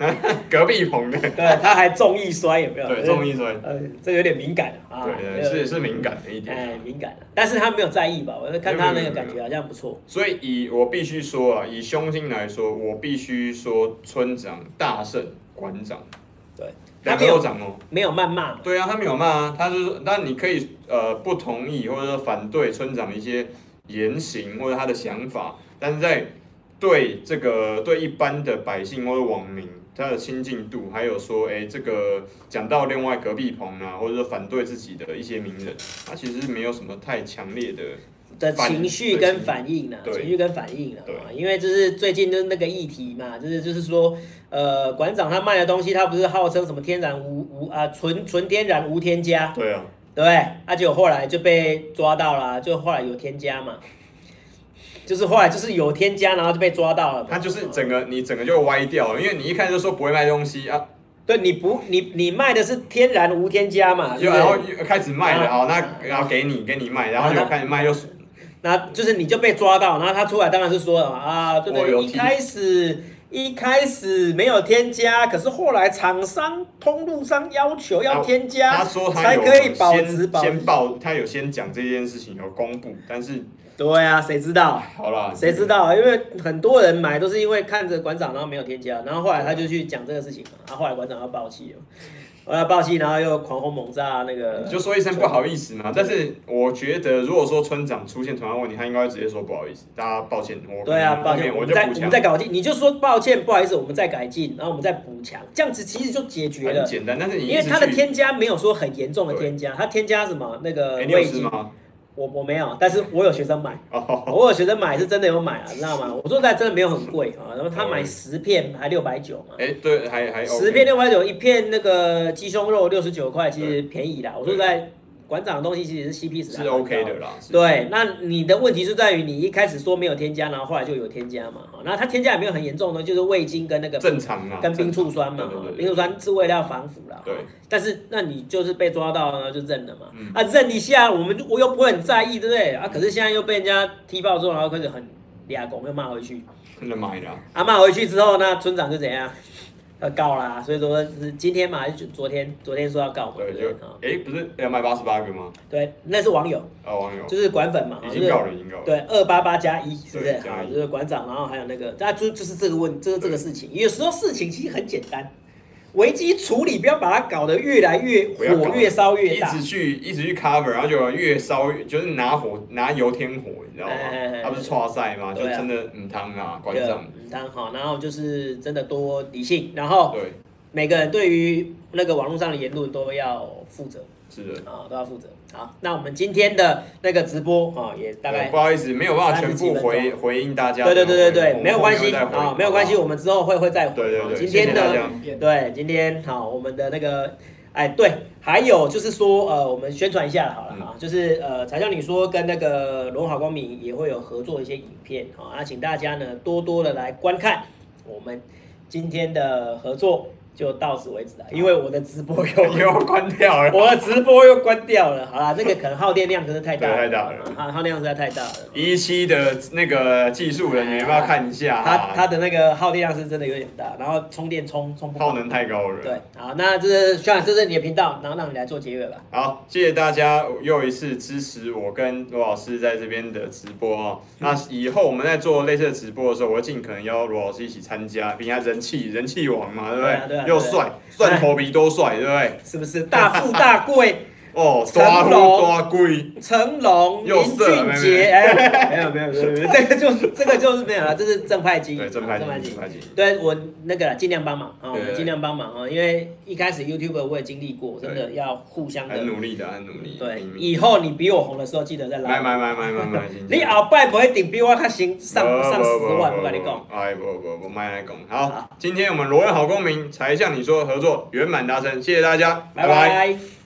Speaker 1: <laughs> 隔壁棚的，
Speaker 3: 对，他还重易摔有没有？
Speaker 1: 对，中医说，
Speaker 3: 呃，这有点敏感啊。
Speaker 1: 对对，
Speaker 3: 这个
Speaker 1: 是是敏感的一点。
Speaker 3: 哎，敏感了，但是他没有在意吧？我看他那个感觉好像不错。
Speaker 1: 所以以我必须说啊，以凶金来说，我必须说村长、大圣、馆长，
Speaker 3: 对，他
Speaker 1: 两
Speaker 3: 没
Speaker 1: 个都
Speaker 3: 有
Speaker 1: 长哦。
Speaker 3: 没有谩骂嘛，
Speaker 1: 对啊，他没有骂啊，他就是，但你可以呃不同意或者说反对村长的一些言行或者他的想法，但是在对这个对一般的百姓或者网民他的亲近度，还有说，哎、这个讲到另外隔壁棚啊，或者说反对自己的一些名人，他其实没有什么太强烈的，
Speaker 3: 的
Speaker 1: 反
Speaker 3: 情绪跟反应啊，
Speaker 1: 对
Speaker 3: 情绪跟反应啊
Speaker 1: 对，
Speaker 3: 因为就是最近就是那个议题嘛，就是就是说，呃，馆长他卖的东西，他不是号称什么天然无无啊，纯纯天然无添加，
Speaker 1: 对啊，
Speaker 3: 对不对？啊，结果后来就被抓到了啊，就后来有添加嘛，就是后来就是有添加，然后就被抓到了嘛。
Speaker 1: 他就是整个你整个就歪掉了，因为你一看就说不会卖东西啊，
Speaker 3: 对，你不你你卖的是天然无添加嘛，对
Speaker 1: 又
Speaker 3: 不对
Speaker 1: 然后又开始卖了，
Speaker 3: 啊
Speaker 1: 好，那然后给你给你卖，然后
Speaker 3: 然后
Speaker 1: 又
Speaker 3: 他
Speaker 1: 开始卖又
Speaker 3: 那就是你就被抓到，然后他出来当然是说了嘛啊，对不
Speaker 1: 哦我有
Speaker 3: 对？一
Speaker 1: 提
Speaker 3: 开始一开始没有添加，可是后来厂商通路商要求要添加，
Speaker 1: 啊他说他
Speaker 3: 才
Speaker 1: 有
Speaker 3: 可以保
Speaker 1: 先
Speaker 3: 值保
Speaker 1: 先报，他有先讲这件事情有公布，但是
Speaker 3: 对啊，谁知道？
Speaker 1: 好啦，
Speaker 3: 谁知道？因为很多人买都是因为看着馆长，然后没有添加，然后后来他就去讲这个事情嘛，然后后来馆长要爆气了，后来爆气，然后又狂轰猛炸那个
Speaker 1: 你，就说一声不好意思嘛。但是我觉得，如果说村长出现同样问题，他应该会直接说不好意思，大家抱歉，我
Speaker 3: 对啊，
Speaker 1: 可能
Speaker 3: 抱
Speaker 1: 后面
Speaker 3: 歉，
Speaker 1: 我
Speaker 3: 我们
Speaker 1: 就
Speaker 3: 再
Speaker 1: 不
Speaker 3: 我们
Speaker 1: 讲
Speaker 3: 再，搞进，你就说抱歉，不好意思，我们再改进，然后我们再补强，这样子其实就解决
Speaker 1: 很
Speaker 3: 了。
Speaker 1: 简单。但是你
Speaker 3: 因为它的
Speaker 1: 一直去，
Speaker 3: 添加没有说很严重的添加，它添加什么那个
Speaker 1: 哎，你有
Speaker 3: 味
Speaker 1: 吃
Speaker 3: 精，
Speaker 1: 吗？
Speaker 3: 我我没有，但是我有学生买，
Speaker 1: 哦，
Speaker 3: 我有学生买是真的有买啊，知道吗？我说实在真的没有很贵啊，然后他买
Speaker 1: 哦
Speaker 3: 十片还六百九嘛，
Speaker 1: <laughs> 哎，对，还还 OK
Speaker 3: 十片六百九一片那个鸡胸肉六十九块，其实便宜啦。我说实在馆长的东西其实是 CP 值还
Speaker 1: 是
Speaker 3: 蛮高
Speaker 1: OK 的。啦，是
Speaker 3: 对，啊那你的问题就在于你一开始说没有添加，然后后来就有添加嘛，哈，那它添加也没有很严重的，就是味精跟那个
Speaker 1: 正常啊，
Speaker 3: 跟
Speaker 1: 正
Speaker 3: 冰
Speaker 1: 常
Speaker 3: 醋酸嘛，
Speaker 1: 对对对对
Speaker 3: 冰醋酸是为了要防腐啦。
Speaker 1: 对
Speaker 3: 但是那你就是被抓到了就认了嘛，
Speaker 1: 嗯
Speaker 3: 啊认一下，我们就我又不会很在意，对不对？啊，可是现在又被人家踢爆之后，然后开始很俩拱又骂回去，
Speaker 1: 真的买啦，
Speaker 3: 啊骂回去之后呢，村长就怎样？要告啦，所以说是今天嘛，还是昨天？昨天说要告嘛，对
Speaker 1: 对，
Speaker 3: 不
Speaker 1: 就
Speaker 3: 对？啊，
Speaker 1: 哎，不是要卖八十八个吗？
Speaker 3: 对，那是网友，
Speaker 1: 啊，网友
Speaker 3: 就是管粉嘛，
Speaker 1: 已
Speaker 3: 就
Speaker 1: 经
Speaker 3: 是
Speaker 1: 告了，已经告了，
Speaker 3: 对，二八八加一，是不是？
Speaker 1: 对加
Speaker 3: 啊，
Speaker 1: 一
Speaker 3: 就是馆长，然后还有那个，啊那就就是这个问，就是这个事情。有时候事情其实很简单，危机处理不要把它搞得越来越
Speaker 1: 不要搞
Speaker 3: 火，越烧越
Speaker 1: 一
Speaker 3: 大
Speaker 1: 直。去一直去 cover，然后就越烧越就是拿火拿油添火，你知道吗
Speaker 3: 哎哎哎？
Speaker 1: 他不是跨赛吗？就
Speaker 3: 对啊
Speaker 1: 真的嗯汤啊，馆
Speaker 3: 对
Speaker 1: 长，
Speaker 3: 嗯当然好，然后就是真的多理性，然后
Speaker 1: 对，
Speaker 3: 每个人对于那个网络上的言论都要负责
Speaker 1: 是的。
Speaker 3: 啊，都要负责。好，那我们今天的那个直播啊，也大
Speaker 1: 对
Speaker 3: 概
Speaker 1: 不好意思，没有办法全部
Speaker 3: 30几分
Speaker 1: 回
Speaker 3: 钟
Speaker 1: 回应大家
Speaker 3: 对
Speaker 1: 的回
Speaker 3: 对
Speaker 1: 应。
Speaker 3: 对
Speaker 1: 哦我
Speaker 3: 对对，
Speaker 1: 们
Speaker 3: 没有关系
Speaker 1: 后面再回哦
Speaker 3: 啊，没有关系，
Speaker 1: 好
Speaker 3: 我们之后会会再回。
Speaker 1: 对对对
Speaker 3: 啊今
Speaker 1: 谢
Speaker 3: 天
Speaker 1: 谢
Speaker 3: 的
Speaker 1: 大家
Speaker 3: 对，今天好，我们的那个，哎，对，还有就是说，呃，我们宣传一下好了
Speaker 1: 嗯
Speaker 3: 啊，就是呃，才像你说跟那个龙好光明也会有合作一些影片啊，那请大家呢多多的来观看我们今天的合作就到此为止了，因为我的直播又
Speaker 1: <laughs> 又要关掉了。
Speaker 3: 我的直播又关掉了。好啦，那个可能耗电量真的太大了，
Speaker 1: 对太大了
Speaker 3: 啊，耗电量实在太大了。
Speaker 1: 一期的那个技术
Speaker 3: 哎
Speaker 1: 人员要不要看一下啊、
Speaker 3: 它它的那个耗电量是真的有点大，然后充电充充不
Speaker 1: 耗
Speaker 3: 饱。
Speaker 1: 能太高了。
Speaker 3: 对，，好，那这是虽然这是你的频道，然后让你来做结尾吧。
Speaker 1: 好，谢谢大家又一次支持我跟罗老师在这边的直播哦。那以后我们在做类似的直播的时候，我会尽可能邀罗老师一起参加，毕竟他人气人气王嘛，对不
Speaker 3: 对啊对啊
Speaker 1: 又帅，蒜头皮多帅，对不对？
Speaker 3: 是不是大富大贵、
Speaker 1: 哦，
Speaker 3: 成
Speaker 1: 抓呼
Speaker 3: 龙
Speaker 1: 抓龟，
Speaker 3: 成龙、
Speaker 1: 又
Speaker 3: 林
Speaker 1: 色
Speaker 3: 俊杰？ <laughs> 哎，没有没有没有没有，这个就这个就是没有
Speaker 1: <laughs>
Speaker 3: 了，这是正派基因，
Speaker 1: 对，正派
Speaker 3: 啊正派
Speaker 1: 经
Speaker 3: 基
Speaker 1: 济，
Speaker 3: 因
Speaker 1: 正。派经济。
Speaker 3: 对我那个啦尽量帮忙啊，我
Speaker 1: 对
Speaker 3: 们
Speaker 1: 对
Speaker 3: 尽量帮忙啊，因为一开始 YouTube 我也经历过，真的要互相的
Speaker 1: 很。努力的，很努力。
Speaker 3: 对，
Speaker 1: 嗯
Speaker 3: 以后你比我红的时候，记得再
Speaker 1: 买
Speaker 3: 拉。
Speaker 1: 买买买买买，
Speaker 3: 你后摆不一定比我较行上上十万，我跟你讲。。
Speaker 1: 哎，不不不，卖来讲。好，今天我们罗文好公民才向你说合作圆满达成，谢谢大家，拜拜
Speaker 3: 拜拜